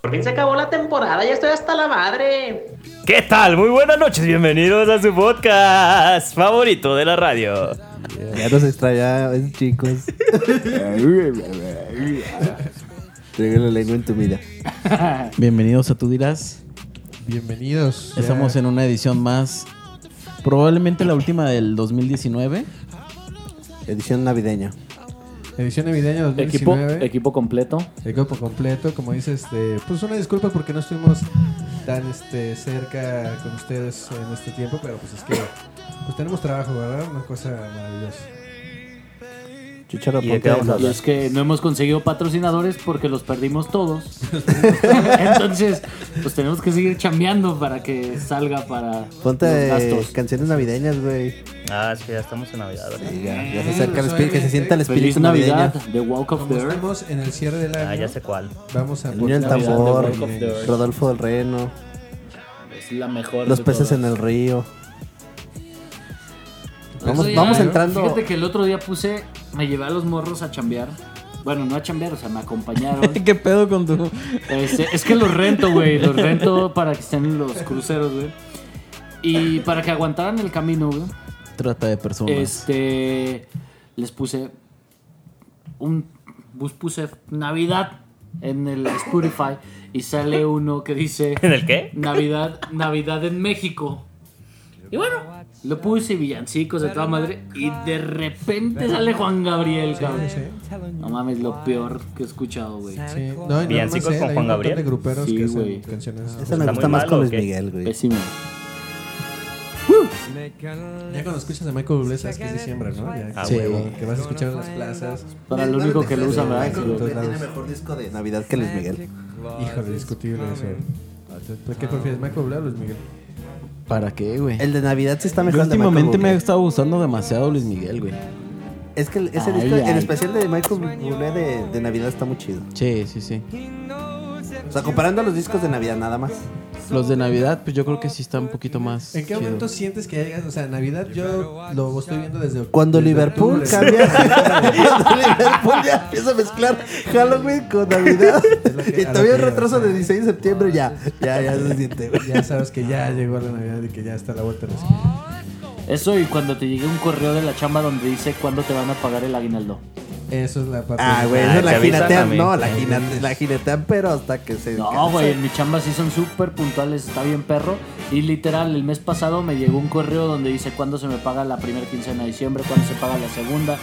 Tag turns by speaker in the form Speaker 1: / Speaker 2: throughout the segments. Speaker 1: Por fin se acabó la temporada, ya estoy hasta la madre.
Speaker 2: ¿Qué tal? Muy buenas noches, bienvenidos a su podcast favorito de la radio.
Speaker 3: Ya nos extrañaban, chicos. Tengo la lengua entumida.
Speaker 4: Bienvenidos a Tú Dirás.
Speaker 5: Bienvenidos.
Speaker 4: Estamos en una edición más, probablemente la última del 2019.
Speaker 3: Edición navideña.
Speaker 5: Edición navideña
Speaker 6: Equipo,
Speaker 5: 2019. Equipo,
Speaker 6: equipo completo.
Speaker 5: completo, como dices, este, pues una disculpa porque no estuvimos tan este, cerca con ustedes en este tiempo, pero pues es que pues tenemos trabajo, ¿verdad? Una cosa maravillosa.
Speaker 3: Chicharo,
Speaker 2: ¿Y de qué vamos a
Speaker 6: Y
Speaker 2: hablar?
Speaker 6: es que no hemos conseguido patrocinadores porque los perdimos todos. Entonces, pues tenemos que seguir chambeando para que salga para los
Speaker 3: Ponte
Speaker 6: gastos.
Speaker 3: canciones navideñas, güey.
Speaker 2: Ah, sí, ya estamos en Navidad, ¿verdad?
Speaker 3: Y ya, ya se
Speaker 5: Sí,
Speaker 3: acerca el
Speaker 5: pues,
Speaker 3: espíritu, que se
Speaker 5: obviamente.
Speaker 3: sienta el
Speaker 6: Feliz
Speaker 3: espíritu
Speaker 6: Navidad,
Speaker 3: navideño.
Speaker 6: The Walk of
Speaker 5: Como
Speaker 6: the Earth.
Speaker 5: estamos en el cierre del año,
Speaker 2: Ah, ya sé cuál.
Speaker 5: vamos a
Speaker 3: El niño del
Speaker 6: Navidad,
Speaker 3: tambor,
Speaker 6: The Walk of the Earth.
Speaker 3: Rodolfo del Reno,
Speaker 6: Es la mejor.
Speaker 3: los
Speaker 6: de
Speaker 3: peces en
Speaker 6: todas.
Speaker 3: el río.
Speaker 6: Eso
Speaker 3: Vamos,
Speaker 6: ya,
Speaker 3: vamos
Speaker 6: ¿no?
Speaker 3: entrando.
Speaker 6: Fíjate que el otro día puse, me llevé a los morros a chambear. Bueno, no a chambear, o sea, me acompañaron.
Speaker 4: ¿Qué pedo con tu...?
Speaker 6: Este, es que los rento, güey. Los rento para que estén en los cruceros, güey. Y para que aguantaran el camino, güey.
Speaker 4: Trata de personas.
Speaker 6: Este. Les puse. Un. Bus puse Navidad en el Spotify. Y sale uno que dice.
Speaker 2: ¿En el qué?
Speaker 6: Navidad, Navidad en México. Y bueno, lo puse villancicos de toda madre. Y de repente sale Juan Gabriel, cabrón.
Speaker 5: Sí,
Speaker 6: No mames, lo peor que he escuchado, güey.
Speaker 5: sí. No, y no
Speaker 2: Villancicos con
Speaker 5: nomás él, hay
Speaker 2: Juan
Speaker 5: un montón
Speaker 2: Gabriel.
Speaker 5: de gruperos
Speaker 6: Sí,
Speaker 5: que hacen
Speaker 6: güey.
Speaker 5: canciones.
Speaker 3: Esa me
Speaker 2: ¿Está
Speaker 3: gusta
Speaker 2: muy
Speaker 3: más
Speaker 2: malo
Speaker 3: con
Speaker 2: o
Speaker 3: Luis
Speaker 2: qué?
Speaker 3: Miguel, güey.
Speaker 6: Pésimo.
Speaker 5: Ya cuando escuchas a Michael Bublé sabes que es diciembre, ¿no? Ya,
Speaker 2: Ah,
Speaker 5: que-
Speaker 4: huevo.
Speaker 5: Que vas a escuchar en las plazas.
Speaker 6: Para lo único que lo usa, ¿verdad?
Speaker 3: Michael
Speaker 6: Sí,
Speaker 3: Bublé
Speaker 5: todos
Speaker 3: tiene
Speaker 5: lados.
Speaker 3: mejor disco de Navidad que Luis Miguel.
Speaker 5: Híjole, discutible eso. ¿Por qué prefieres Michael Bublé o Luis Miguel?
Speaker 4: ¿Para qué, güey?
Speaker 3: El de Navidad sí está
Speaker 4: Yo
Speaker 3: mejor. el de Michael
Speaker 4: últimamente me
Speaker 3: Bublé.
Speaker 4: ha estado gustando demasiado Luis Miguel, güey.
Speaker 3: Es que el- ese
Speaker 6: Ay,
Speaker 3: disco,
Speaker 6: ay.
Speaker 3: el especial de Michael Bublé de, de Navidad está muy chido.
Speaker 4: Sí, sí, sí.
Speaker 3: O sea, comparando los discos de Navidad nada más.
Speaker 4: Los de Navidad, pues yo creo que sí está un poquito más
Speaker 5: ¿En qué
Speaker 4: chido.
Speaker 5: momento sientes que llegas? O sea, Navidad yo lo
Speaker 2: pues
Speaker 5: estoy viendo desde
Speaker 3: Cuando
Speaker 5: desde
Speaker 3: Liverpool
Speaker 5: octubre.
Speaker 3: cambia, cuando Liverpool ya empieza a mezclar Halloween con Navidad
Speaker 5: lo que-
Speaker 3: y
Speaker 5: a
Speaker 3: todavía
Speaker 5: lo
Speaker 3: un
Speaker 5: que-
Speaker 3: retraso de 16 de septiembre ya, ya, ya se siente. güey.
Speaker 5: Ya sabes que ya llegó la Navidad y que ya está a la vuelta de la esquina.
Speaker 6: Eso y cuando te llegue un correo de la chamba donde dice cuándo te van a pagar el aguinaldo.
Speaker 5: Eso es la parte.
Speaker 3: Ah, güey, eso
Speaker 2: Ah, te
Speaker 3: la
Speaker 2: avisan
Speaker 3: jinetean,
Speaker 2: también.
Speaker 3: no, la jinetean, la jinetean, pero hasta que se.
Speaker 6: No, güey, en mi chamba sí son súper puntuales, está bien perro. Y literal, el mes pasado me llegó un correo donde dice cuándo se me paga la primera quincena de diciembre, cuándo se paga la segunda.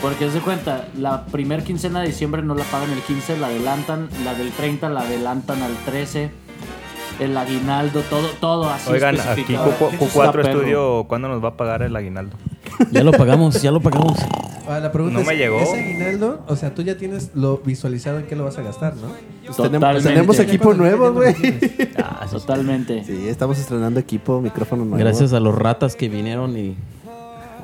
Speaker 6: Porque haz de cuenta, la primera quincena de diciembre no la pagan el 15, la adelantan, la del 30 la adelantan al 13, el aguinaldo, todo, todo así.
Speaker 2: Oigan, aquí
Speaker 6: especificado.
Speaker 2: Q-
Speaker 6: Eso Este está
Speaker 2: Q4
Speaker 6: perro.
Speaker 2: Estudio, ¿cuándo nos va a pagar el aguinaldo?
Speaker 4: Ya lo pagamos, ya lo pagamos.
Speaker 5: Ah, la pregunta
Speaker 2: No
Speaker 5: es,
Speaker 2: me llegó.
Speaker 5: ¿ese aguinaldo? O sea, tú ya tienes lo visualizado en qué lo vas a gastar, ¿no?
Speaker 3: pues Tenemos,
Speaker 6: Totalmente.
Speaker 3: tenemos equipo nuevo, güey.
Speaker 2: Ah, sí.
Speaker 6: Totalmente.
Speaker 3: Sí, estamos estrenando equipo, micrófono nuevo.
Speaker 4: Gracias a los ratas que vinieron y...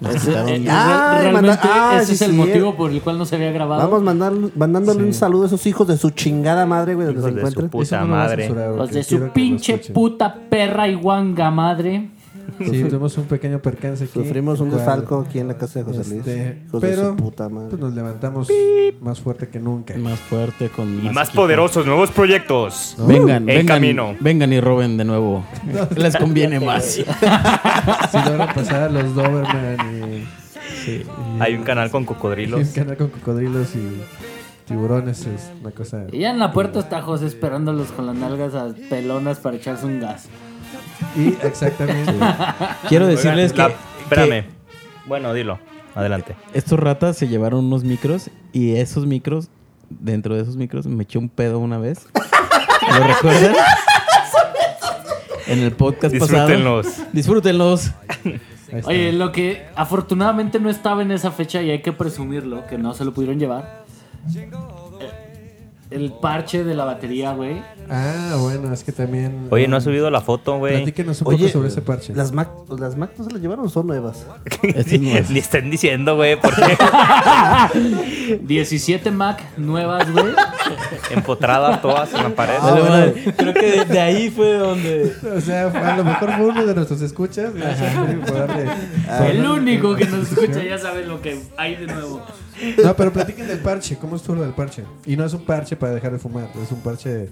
Speaker 4: nos
Speaker 6: Ese,
Speaker 4: quitaron-
Speaker 6: eh,
Speaker 3: Ah,
Speaker 6: re- realmente
Speaker 3: manda- ah,
Speaker 6: ese
Speaker 3: sí,
Speaker 6: es el
Speaker 3: sí,
Speaker 6: motivo por el cual no se había grabado.
Speaker 3: Vamos mandar, mandándole un saludo a esos hijos de su chingada madre, güey, donde
Speaker 2: Hijos
Speaker 3: se
Speaker 2: de su
Speaker 3: encuentren.
Speaker 2: puta madre.
Speaker 6: Los de su pinche puta perra y guanga madre.
Speaker 5: Sí, tuvimos un pequeño percance aquí.
Speaker 3: Sufrimos un
Speaker 5: Cual-
Speaker 3: desfalco aquí en la casa de José Luis.
Speaker 5: Este,
Speaker 3: Hijos de
Speaker 5: pero
Speaker 3: su puta madre.
Speaker 5: pues, nos levantamos más fuerte que nunca.
Speaker 4: Más fuerte, con
Speaker 2: Y más
Speaker 4: equipo.
Speaker 2: poderosos, nuevos proyectos.
Speaker 4: Vengan,
Speaker 2: En
Speaker 4: vengan,
Speaker 2: camino.
Speaker 4: vengan y roben de nuevo. Les conviene más.
Speaker 5: Si logran pasar a los Doberman y, sí, y-
Speaker 2: Hay un canal con
Speaker 5: y
Speaker 2: cocodrilos.
Speaker 5: un canal con cocodrilos y tiburones es una cosa.
Speaker 6: Y ya en la puerta está José esperándolos con las nalgas a pelonas para echarse un gas.
Speaker 5: Y exactamente.
Speaker 4: Quiero
Speaker 2: Oigan,
Speaker 4: decirles que,
Speaker 2: la- Espérame. Bueno, dilo. Adelante.
Speaker 4: que estos ratas se llevaron unos micros y esos micros, dentro de esos micros, me eché un pedo una vez. ¿Lo recuerdan? En el podcast pasado.
Speaker 2: Disfrútenlos.
Speaker 4: Disfrútenlos.
Speaker 5: Ahí está.
Speaker 6: Oye, lo que afortunadamente no estaba en esa fecha y hay que presumirlo, que no se lo pudieron llevar. eh, El parche de la batería, güey.
Speaker 5: Ah, bueno, es que también. um,
Speaker 2: Oye, no ha subido la foto, güey.
Speaker 5: Platíquenos un
Speaker 3: Oye,
Speaker 5: poco sobre ese parche.
Speaker 3: Las Mac, pues, las Mac no se las llevaron, son nuevas.
Speaker 4: Este es nuevo.
Speaker 2: Ni estén diciendo, güey, porque
Speaker 6: 17 Mac nuevas, güey.
Speaker 2: Empotradas todas en la pared.
Speaker 3: Ah,
Speaker 4: Dale,
Speaker 3: bueno.
Speaker 4: madre. Creo que de, de ahí fue donde.
Speaker 5: O sea, a lo mejor fue uno de nuestros escuchas. gracias por darle-
Speaker 6: El único que nos escucha ya sabe lo que hay de nuevo.
Speaker 5: No, pero platiquen del parche. ¿Cómo estuvo lo del parche? Y no es un parche para dejar de fumar, es un parche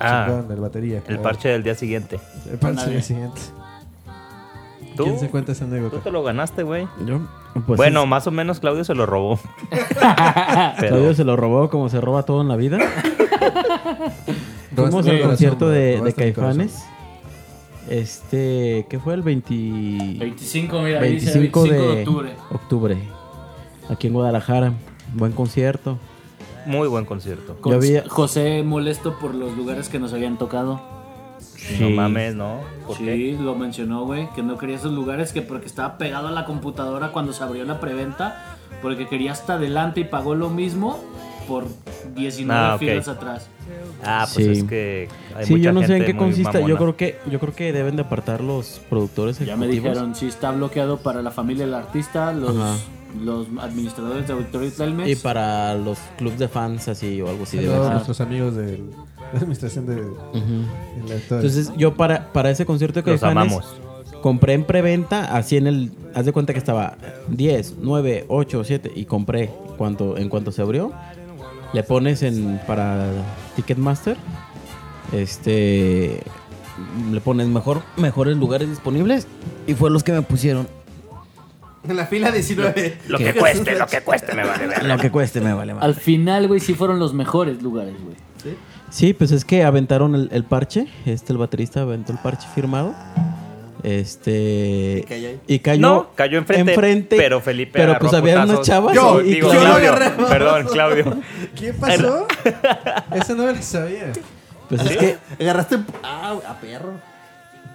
Speaker 2: Ah,
Speaker 5: chingón del batería.
Speaker 2: el parche del día siguiente.
Speaker 5: El parche
Speaker 6: Ándale.
Speaker 5: del siguiente.
Speaker 2: ¿Tú?
Speaker 5: ¿Quién se cuenta esa
Speaker 2: Tú
Speaker 5: anécdota?
Speaker 2: te lo ganaste, güey.
Speaker 4: Yo, pues,
Speaker 2: bueno,
Speaker 4: sí,
Speaker 2: más o menos Claudio se lo robó. Pero-
Speaker 4: Claudio se lo robó como se roba todo en la vida. Fuimos
Speaker 5: Robaste mi
Speaker 4: al
Speaker 5: corazón,
Speaker 4: concierto
Speaker 5: bro,
Speaker 4: de, de
Speaker 5: robaste mi corazón.
Speaker 4: Caifanes. Este, ¿qué fue el 20?
Speaker 6: 25, mira, ahí dice
Speaker 4: 25 de,
Speaker 6: octubre.
Speaker 4: octubre, Aquí en Guadalajara. Buen concierto.
Speaker 2: Muy buen concierto.
Speaker 4: Yo había-
Speaker 6: José molesto por los lugares que nos habían tocado.
Speaker 2: No mames, ¿no? ¿Por qué?
Speaker 6: Sí, lo mencionó, güey, que no quería esos lugares, que porque estaba pegado a la computadora cuando se abrió la preventa, porque quería hasta adelante y pagó lo mismo por 19
Speaker 2: Ah, ok.
Speaker 6: filas atrás.
Speaker 2: Ah, pues
Speaker 4: Sí.
Speaker 2: es que hay
Speaker 4: sí,
Speaker 2: mucha
Speaker 4: yo no sé en
Speaker 2: gente
Speaker 4: qué
Speaker 2: muy
Speaker 4: consista. Yo
Speaker 2: mamona.
Speaker 4: creo que yo creo que deben de apartar los productores
Speaker 6: Ya me
Speaker 4: ejecutivos.
Speaker 6: dijeron, sí está bloqueado para la familia del artista, los,
Speaker 4: Ajá.
Speaker 6: los administradores de auditorio
Speaker 4: Y
Speaker 6: Telmex.
Speaker 4: para los clubs de fans así o algo así. debe
Speaker 5: Saludos a
Speaker 4: ser.
Speaker 5: nuestros amigos de la administración de,
Speaker 4: Ujú.
Speaker 5: de la actual.
Speaker 4: Entonces yo para, para ese concierto de
Speaker 2: Los
Speaker 4: Caifanes
Speaker 2: amamos.
Speaker 4: compré en preventa, así en el... Haz de cuenta que estaba 10, 9, 8, 7 y compré cuanto, en cuanto se abrió. Le pones en para Ticketmaster. Este... Le pones mejor, mejores lugares disponibles y fue los que me pusieron.
Speaker 7: En la fila 19.
Speaker 2: Lo que cueste, lo que cueste me vale ver.
Speaker 4: Lo que cueste me vale
Speaker 6: Al final, güey, sí fueron los mejores lugares, güey.
Speaker 4: Sí, pues es que aventaron el, el parche. Este, el baterista aventó el parche firmado. Este.
Speaker 7: Y cayó ahí.
Speaker 4: y cayó
Speaker 2: No, cayó enfrente, pero Felipe
Speaker 4: Pero
Speaker 2: agarró
Speaker 4: pues había
Speaker 2: putazos.
Speaker 4: unas chavas.
Speaker 7: Yo,
Speaker 4: y- y
Speaker 2: Digo,
Speaker 7: yo lo
Speaker 4: Claudio,
Speaker 2: Claudio,
Speaker 7: agarré.
Speaker 2: perdón, Claudio.
Speaker 5: ¿Qué pasó? Esa no me la sabía.
Speaker 4: Pues es que,
Speaker 7: Agarraste ah, a perro.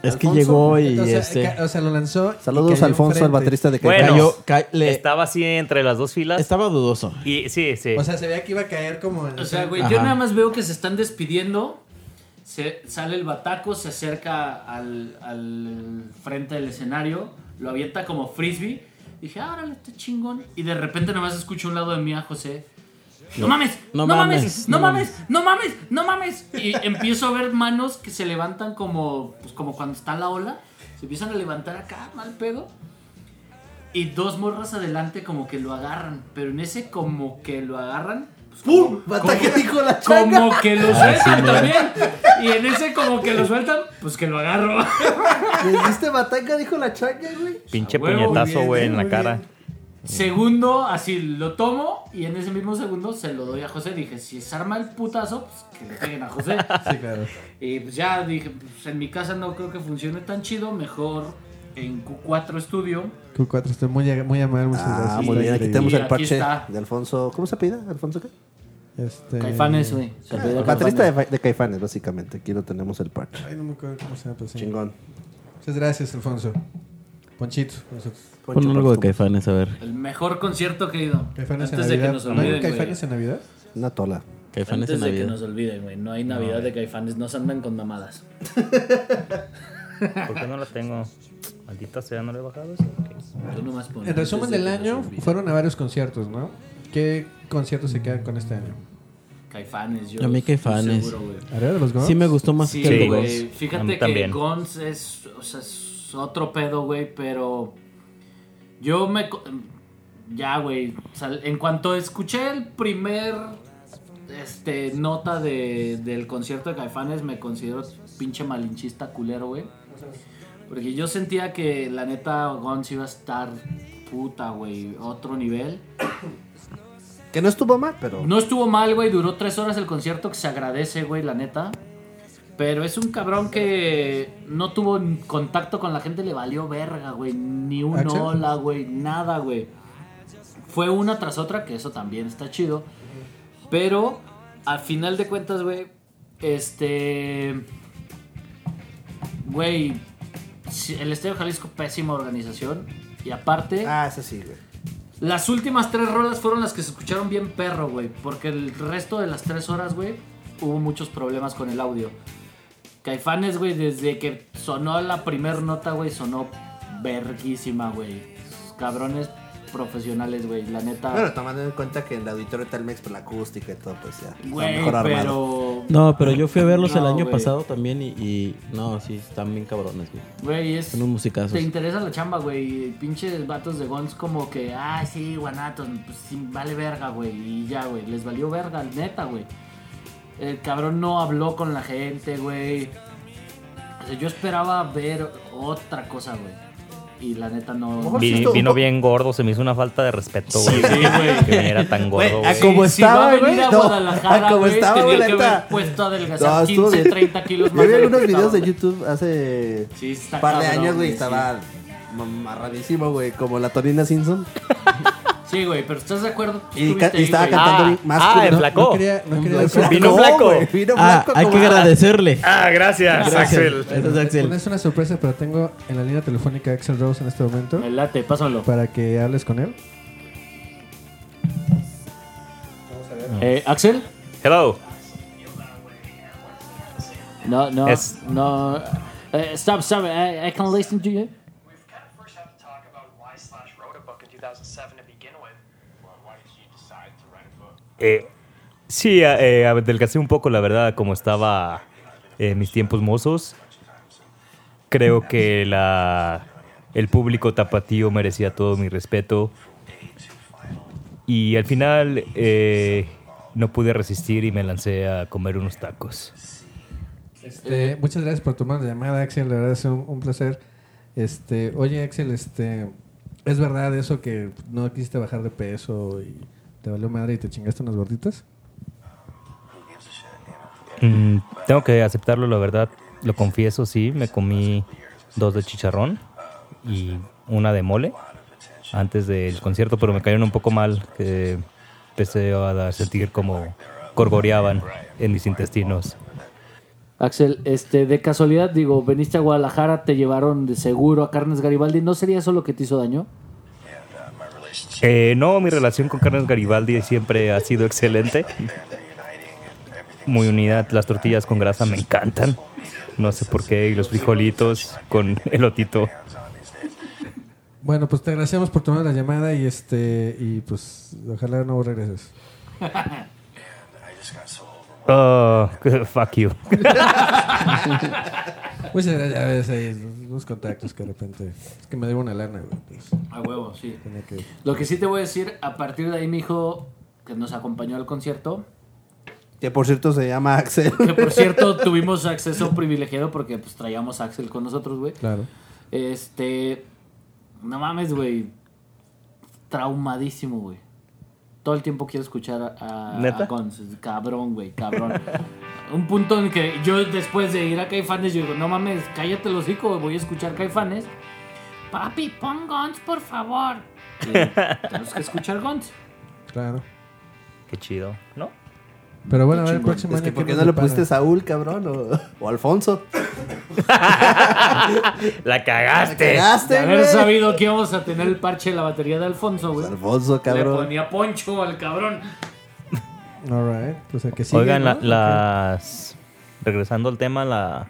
Speaker 4: es que
Speaker 7: Alfonso,
Speaker 4: llegó y
Speaker 5: o, sea,
Speaker 4: este.
Speaker 5: ca- o sea, lo lanzó. y
Speaker 3: Saludos
Speaker 5: cayó
Speaker 3: a Alfonso, al
Speaker 5: enfrente.
Speaker 3: baterista de
Speaker 2: Bueno.
Speaker 3: Caifanes.
Speaker 4: cayó, ca- le-
Speaker 2: Estaba así entre las dos filas.
Speaker 4: estaba dudoso.
Speaker 2: Y sí, sí.
Speaker 5: O sea, se veía que iba a caer como en.
Speaker 6: O sea, güey, yo
Speaker 4: Ajá.
Speaker 6: nada más veo que se están despidiendo. Se, sale el bataco, se acerca al, al frente del escenario, lo avienta como frisbee. Dije, ahora órale, está chingón. Y de repente nada más escucho a un lado de mí a José. No mames, no,
Speaker 4: no
Speaker 6: mames,
Speaker 4: mames,
Speaker 6: no
Speaker 4: no
Speaker 6: mames, no mames, no mames. Y empiezo a ver manos que se levantan como, pues, como cuando está la ola. Se empiezan a levantar acá, mal pedo. Y dos morras adelante como que lo agarran. Pero en ese como que lo agarran. pues,
Speaker 7: ¡Pum!
Speaker 6: como-
Speaker 7: Bata que dijo la changa.
Speaker 6: como que lo sueltan también. Y en ese como que lo sueltan, pues que lo agarro.
Speaker 7: ¿Le hiciste bataca? Dijo la changa, güey.
Speaker 2: Pinche
Speaker 6: a huevo,
Speaker 2: puñetazo,
Speaker 5: muy
Speaker 2: güey,
Speaker 5: bien,
Speaker 2: en la
Speaker 5: muy
Speaker 2: cara.
Speaker 5: bien.
Speaker 6: Segundo, así lo tomo y en ese mismo segundo se lo doy a José. Dije, si se arma el putazo, pues que le peguen a José.
Speaker 5: Sí, claro.
Speaker 6: Y pues ya dije, pues en mi casa no creo que funcione tan chido, mejor en Q4 Studio.
Speaker 5: Q4, estoy muy, muy amable, muchas
Speaker 7: Ah,
Speaker 5: gracias.
Speaker 7: muy bien. Aquí
Speaker 5: Increíble.
Speaker 7: tenemos
Speaker 6: Y
Speaker 7: el
Speaker 6: aquí
Speaker 7: parche
Speaker 6: está.
Speaker 7: de Alfonso. ¿Cómo se pide? ¿Alfonso qué?
Speaker 5: Este...
Speaker 6: Caifanes, güey. Se apellida
Speaker 7: El baterista de, de Caifanes, básicamente. Aquí lo tenemos el parche.
Speaker 5: Ay, no me acuerdo cómo se llama, pero sí.
Speaker 7: Chingón.
Speaker 5: Muchas gracias, Alfonso. Ponchito, con nosotros.
Speaker 4: Pon algo de Caifanes, a ver.
Speaker 6: El mejor concierto que he ido.
Speaker 5: Caifanes en
Speaker 6: Antes de
Speaker 5: Navidad.
Speaker 6: que nos
Speaker 5: ¿No hay
Speaker 6: olviden, güey.
Speaker 5: Caifanes en Navidad?
Speaker 7: Una tola.
Speaker 4: Caifanes
Speaker 6: Antes
Speaker 4: en
Speaker 6: de que
Speaker 4: Navidad.
Speaker 6: nos olviden, güey. No hay Navidad de Caifanes, no se andan con mamadas.
Speaker 2: ¿Por qué no la tengo? Maldita sea, no le he bajado eso. Ok.
Speaker 6: Tú nomás pon.
Speaker 5: En resumen
Speaker 6: Antes de
Speaker 5: del
Speaker 6: que nos
Speaker 5: año,
Speaker 6: olviden.
Speaker 5: fueron a varios conciertos, ¿no? ¿Qué conciertos se quedan con este año?
Speaker 6: Caifanes, yo.
Speaker 4: A mí
Speaker 6: estoy
Speaker 4: Caifanes.
Speaker 6: seguro, güey.
Speaker 5: ¿Arriba de los Guns?
Speaker 4: Sí, me gustó más
Speaker 6: Sí,
Speaker 4: que el
Speaker 6: güey,
Speaker 4: Ghost.
Speaker 2: A mí
Speaker 6: Fíjate que
Speaker 2: también.
Speaker 6: Gons es, o sea, es otro pedo, güey, pero yo me... co- Ya, güey, sal- en cuanto escuché el primer este, nota de- del concierto de Caifanes, me considero pinche malinchista culero, güey. Porque yo sentía que la neta Gons iba a estar puta, güey, otro nivel.
Speaker 7: Que no estuvo mal, pero.
Speaker 6: No estuvo mal, güey. Duró tres horas el concierto, que se agradece, güey, la neta. Pero es un cabrón que no tuvo n- contacto con la gente, le valió verga, güey. Ni un
Speaker 5: Axel.
Speaker 6: hola, güey. Nada, güey. Fue una tras otra, que eso también está chido. Pero, al final de cuentas, güey, este... Güey, si- el Estadio Jalisco, pésima organización. Y aparte...
Speaker 7: Ah, ese sí, güey.
Speaker 6: Las últimas tres rolas fueron las que se escucharon bien perro, güey. Porque el resto de las tres horas, güey, hubo muchos problemas con el audio. Caifanes, güey, desde que sonó la primer nota, güey, sonó verguísima, güey. Esos Cabrones profesionales, güey. La neta.
Speaker 7: Bueno, tomando en cuenta que en el auditorio está el Mex por la acústica y todo, pues ya. está
Speaker 6: Güey,
Speaker 7: mejor armado.
Speaker 6: pero.
Speaker 4: No, pero yo fui a verlos el
Speaker 6: No,
Speaker 4: año
Speaker 6: güey.
Speaker 4: pasado también y, y- no, sí, están bien cabrones, güey.
Speaker 6: Güey, es.
Speaker 4: Son unos musicazos.
Speaker 6: Te interesa la chamba, güey. y Pinches vatos de Gons como que, ay, sí, guanatos, pues sí, vale verga, güey. Y ya, güey, les valió verga, neta, güey. El cabrón no habló con la gente, güey. O sea, yo esperaba ver otra cosa, güey. Y la neta no...
Speaker 7: sí
Speaker 2: Vi-
Speaker 7: estuvo-
Speaker 2: vino bien gordo, se me hizo una falta de respeto, güey. Que me era tan gordo,
Speaker 7: Güey, a
Speaker 2: güey.
Speaker 7: como
Speaker 6: si va
Speaker 7: estaba,
Speaker 6: a venir
Speaker 7: güey.
Speaker 6: a
Speaker 7: no,
Speaker 6: Guadalajara,
Speaker 7: a como
Speaker 6: güey,
Speaker 7: estaba,
Speaker 6: tenía
Speaker 7: güey, la
Speaker 6: que haber
Speaker 7: neta.
Speaker 6: puesto a adelgazar
Speaker 7: No, estuvo
Speaker 6: 15,
Speaker 7: bien.
Speaker 6: 30 kilos
Speaker 7: Yo
Speaker 6: más.
Speaker 7: vi
Speaker 6: de lo
Speaker 7: algunos
Speaker 6: que
Speaker 7: videos de
Speaker 6: estaba.
Speaker 7: YouTube hace
Speaker 6: Sí, está
Speaker 7: un par de
Speaker 6: cabrón,
Speaker 7: años, güey,
Speaker 6: ah, sí.
Speaker 7: estaba mamarradísimo, güey, como la Torina Simpson.
Speaker 6: Sí, güey, pero ¿estás de acuerdo? Tú
Speaker 7: Y, ca-
Speaker 6: estuviste
Speaker 7: y
Speaker 6: ahí,
Speaker 7: estaba
Speaker 6: güey.
Speaker 7: cantando
Speaker 2: Ah,
Speaker 7: bien más
Speaker 2: ah,
Speaker 7: cool,
Speaker 2: en
Speaker 7: ¿no?
Speaker 2: Black-
Speaker 5: No quería, no quería
Speaker 2: Black-
Speaker 5: decir-
Speaker 2: Vino
Speaker 7: No,
Speaker 2: flaco.
Speaker 7: güey, Vino
Speaker 4: Ah,
Speaker 7: blanco.
Speaker 4: hay que agradecerle.
Speaker 2: Ah, gracias, Axel.
Speaker 5: Bueno,
Speaker 4: Entonces, Axel.
Speaker 5: Es una sorpresa, pero tengo en la línea telefónica a Axel Rose en este momento
Speaker 6: Me late, pásamelo.
Speaker 5: para que hables con él.
Speaker 6: Eh, ¿Axel?
Speaker 2: Hello.
Speaker 6: No, no,
Speaker 2: Yes.
Speaker 6: no. Eh, stop, stop. I, I can listen to you.
Speaker 8: We've kind of first have to talk about why Slash wrote a book in 2007 to begin with. Well, why did you decide to write a book?
Speaker 2: Eh, sí, a- eh, adelgacé un poco, la verdad, como estaba en mis tiempos mozos. Creo que la, el público tapatío merecía todo mi respeto. Y al final eh, no pude resistir y me lancé a comer unos tacos.
Speaker 5: Este,
Speaker 6: Eh.
Speaker 5: muchas gracias por tomar la llamada, Axel. La verdad es un, un placer. Este, oye, Axel, este, ¿es verdad eso que no quisiste bajar de peso y te valió madre y te chingaste unas gorditas?
Speaker 2: Mm, tengo que aceptarlo, la verdad. Lo confieso, sí. Me comí dos de chicharrón y una de mole antes del concierto, pero me cayeron un poco mal. Que empecé a dar- sentir como gorgoreaban en mis intestinos.
Speaker 6: Axel, este, de casualidad, digo, veniste a Guadalajara, te llevaron de seguro a Carnes Garibaldi. ¿No sería eso lo que te hizo daño?
Speaker 2: Eh, no, mi relación con Carlos Garibaldi siempre ha sido excelente. Muy unidad. Las tortillas con grasa me encantan. No sé por qué. Y los frijolitos con elotito.
Speaker 5: Bueno, pues te agradecemos por tomar la llamada y este, y pues ojalá no regreses.
Speaker 2: Oh, fuck you.
Speaker 5: Muchas gracias, Pues ya ves, ahí, unos contactos que de repente. Es que me debo una lana, güey. pues,
Speaker 6: A huevo, sí.
Speaker 5: tenía que-
Speaker 6: Lo que sí te voy a decir, a partir de ahí mi hijo, que nos acompañó al concierto,
Speaker 7: Que por cierto se llama Axel.
Speaker 6: que por cierto tuvimos acceso privilegiado porque pues traíamos a Axel con nosotros, güey.
Speaker 5: Claro.
Speaker 6: Este. No mames, güey. Traumadísimo, güey. Todo el tiempo quiero escuchar a,
Speaker 2: ¿Neta?
Speaker 6: a Guns. Cabrón, güey, cabrón. Un punto en que yo después de ir a Caifanes, yo digo, no mames, cállate los hocico, güey, voy a escuchar Caifanes. Papi, pon Guns, por favor. Y Tenemos que escuchar Guns.
Speaker 5: Claro.
Speaker 2: Qué chido, ¿no?
Speaker 5: Pero bueno, a ver, el
Speaker 6: chingón.
Speaker 5: próximo
Speaker 7: Es que
Speaker 5: año.
Speaker 7: ¿por
Speaker 5: ¿qué
Speaker 7: qué
Speaker 5: nos
Speaker 7: no le
Speaker 5: depara?
Speaker 7: pusiste Saúl, cabrón? O, o Alfonso.
Speaker 2: La cagaste.
Speaker 6: De
Speaker 7: Cagaste,
Speaker 6: haber
Speaker 7: güey.
Speaker 6: sabido que íbamos a tener el parche de la batería de Alfonso, güey.
Speaker 7: Alfonso,
Speaker 6: Le
Speaker 7: cabrón.
Speaker 6: ponía poncho al cabrón.
Speaker 5: All right, pues el que sigue,
Speaker 2: Oigan, la-
Speaker 5: ¿no?
Speaker 2: las. Regresando al tema, la.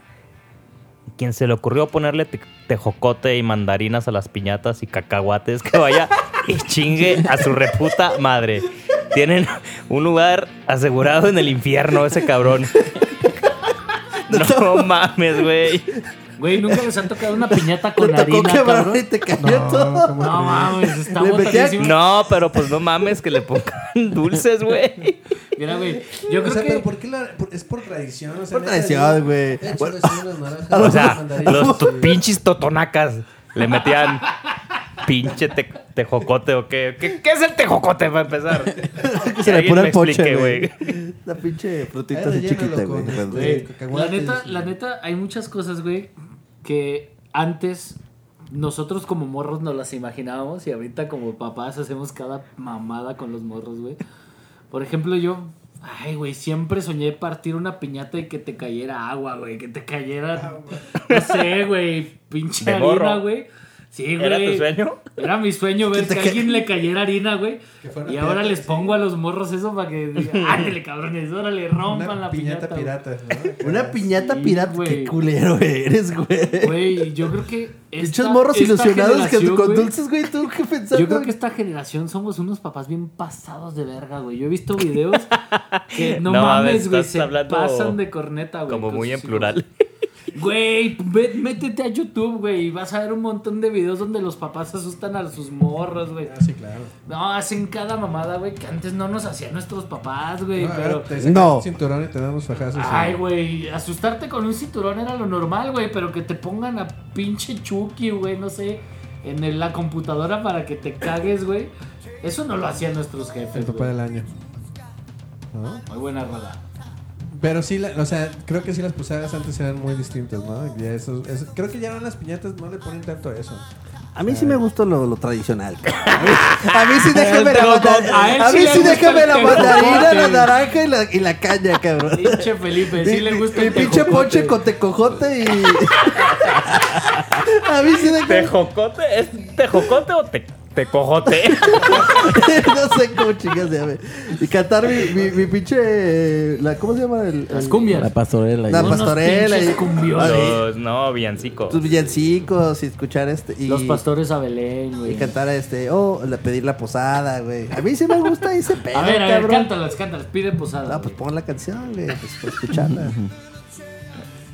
Speaker 2: Quien se le ocurrió ponerle te- tejocote y mandarinas a las piñatas y cacahuates, que vaya y chingue a su reputa madre. Tienen un lugar asegurado en el infierno, ese cabrón. No mames, güey.
Speaker 6: Güey, nunca les han tocado una piñata
Speaker 7: Te
Speaker 6: con
Speaker 7: tocó
Speaker 6: harina, cabrón.
Speaker 7: quebrar y te cayó
Speaker 5: No,
Speaker 7: todo.
Speaker 5: ¿cómo
Speaker 6: No
Speaker 5: crees?
Speaker 6: mames, está
Speaker 7: Le metí a-
Speaker 6: botadísimo.
Speaker 2: No, pero pues no mames que le pongan dulces, güey.
Speaker 6: Mira, güey, yo
Speaker 5: O
Speaker 6: creo
Speaker 5: sea, pero
Speaker 6: que
Speaker 5: ¿por qué la, por- es por tradición? O sea,
Speaker 7: Por
Speaker 5: neta,
Speaker 7: tradición,
Speaker 5: yo-
Speaker 7: güey.
Speaker 5: Échale
Speaker 7: Bueno,
Speaker 5: así unas naranjas,
Speaker 2: O
Speaker 5: unas
Speaker 2: sea,
Speaker 5: mandarinas,
Speaker 2: los
Speaker 5: güey.
Speaker 2: pinches totonacas le metían pinche te- tejocote o qué. qué. qué es el tejocote para empezar?
Speaker 7: que se le
Speaker 2: Alguien
Speaker 7: pone
Speaker 2: me
Speaker 7: el ponche,
Speaker 2: explique,
Speaker 7: güey. La pinche frutita
Speaker 5: Ahí
Speaker 7: así
Speaker 5: rellénalo
Speaker 7: chiquita,
Speaker 5: con,
Speaker 7: güey.
Speaker 5: este,
Speaker 7: Güey.
Speaker 6: la
Speaker 5: cacahuates.
Speaker 6: neta, la neta hay muchas cosas, güey, que antes nosotros como morros nos las imaginábamos y ahorita como papás hacemos cada mamada con los morros, güey. Por ejemplo, yo Ay, güey, siempre soñé partir una piñata y que te
Speaker 5: Ah,
Speaker 6: cayera agua, güey, que te cayera, no sé, güey, pinche
Speaker 2: De
Speaker 6: harina,
Speaker 2: morro.
Speaker 6: güey. Sí, güey.
Speaker 2: ¿Era tu sueño?
Speaker 6: Era mi sueño ver que
Speaker 7: te ca-
Speaker 6: a alguien le cayera harina, güey.
Speaker 5: Que fuera
Speaker 6: Y ahora
Speaker 5: pirata,
Speaker 6: les
Speaker 5: sí.
Speaker 6: pongo a los morros eso para que digan, ándale, cabrones, órale, rompan
Speaker 5: Una
Speaker 6: la
Speaker 5: piñata
Speaker 6: piñata. güey".
Speaker 5: pirata. ¿no?
Speaker 7: Una piñata
Speaker 6: Sí,
Speaker 7: pirata.
Speaker 6: güey.
Speaker 7: Qué culero eres, güey.
Speaker 6: Güey, yo creo que.
Speaker 7: Muchos
Speaker 6: esta-
Speaker 7: morros
Speaker 6: esta
Speaker 7: ilusionados que
Speaker 6: generación,
Speaker 7: con
Speaker 6: güey,
Speaker 7: dulces, güey. ¿Tú qué pensaste?
Speaker 6: Yo creo que esta generación somos unos papás bien pasados de verga, güey. Yo he visto videos que no,
Speaker 2: No mames,
Speaker 6: mames, güey,
Speaker 2: estás
Speaker 6: se
Speaker 2: hablando
Speaker 6: pasan de corneta, güey.
Speaker 2: Como
Speaker 6: con
Speaker 2: muy
Speaker 6: sus
Speaker 2: en
Speaker 6: hijos.
Speaker 2: plural.
Speaker 6: Güey, ve- métete a YouTube, güey, y vas a ver un montón de videos donde los papás asustan a sus morros, güey.
Speaker 5: Ah, sí, claro.
Speaker 6: No, hacen cada mamada, güey, que antes no nos hacían nuestros papás, güey,
Speaker 5: No, ahora
Speaker 7: eh,
Speaker 6: pero...
Speaker 5: te sacan
Speaker 3: No.
Speaker 5: el cinturón y te damos fajazos.
Speaker 6: Ay,
Speaker 5: y-
Speaker 6: güey, asustarte con un cinturón era lo normal, güey, pero que te pongan a pinche Chucky, güey, no sé, en el- la computadora para que te cagues, güey. Eso no lo hacían nuestros
Speaker 5: El
Speaker 6: jefes,
Speaker 5: papá
Speaker 6: güey.
Speaker 5: del año. ¿No?
Speaker 6: Muy buena rola.
Speaker 5: Pero sí, la- o sea, creo que sí las pulseras antes eran muy distintas, ¿no? Ya eso- eso- creo que ya ahora las piñatas no le ponen tanto a eso.
Speaker 7: A mí sí me gusta lo, lo tradicional. A mí, a mí sí déjame la
Speaker 6: trocón. A él
Speaker 7: mandarina. A
Speaker 6: sí
Speaker 7: mí
Speaker 6: le
Speaker 7: sí
Speaker 6: gusta
Speaker 7: déjame
Speaker 6: el
Speaker 7: la mandarina,
Speaker 6: tejocote.
Speaker 7: la naranja y la, y la caña, cabrón.
Speaker 6: Pinche Felipe, sí le gusta
Speaker 7: Mi
Speaker 6: el
Speaker 7: pinche
Speaker 6: tejocote.
Speaker 7: ponche con tecojote y. a mí sí déjame.
Speaker 2: ¿Tejocote? ¿Es tejocote o te, tecojote?
Speaker 7: no sé cómo chingas se llame. Y cantar mi, mi, mi pinche. eh, La, ¿Cómo se llama? El,
Speaker 6: Las
Speaker 7: el-
Speaker 6: cumbias.
Speaker 4: La pastorela.
Speaker 7: La
Speaker 4: yo.
Speaker 6: Unos
Speaker 7: pastorela
Speaker 6: pinches
Speaker 7: y-
Speaker 6: cumbiones.
Speaker 7: Ah,
Speaker 2: Los, no, villancico.
Speaker 7: Tus villancicos y escuchar este. Y,
Speaker 6: Los pastores a Belén,
Speaker 7: Y
Speaker 6: güey.
Speaker 7: cantar este. Oh, la- pedir la posada, güey. A mí sí me gusta ese pedo.
Speaker 6: A ver, a ver,
Speaker 7: cabrón.
Speaker 6: cántalas, cántalas, pide posada.
Speaker 7: Ah, pues
Speaker 6: güey.
Speaker 7: pon la canción, güey, pues para escucharla.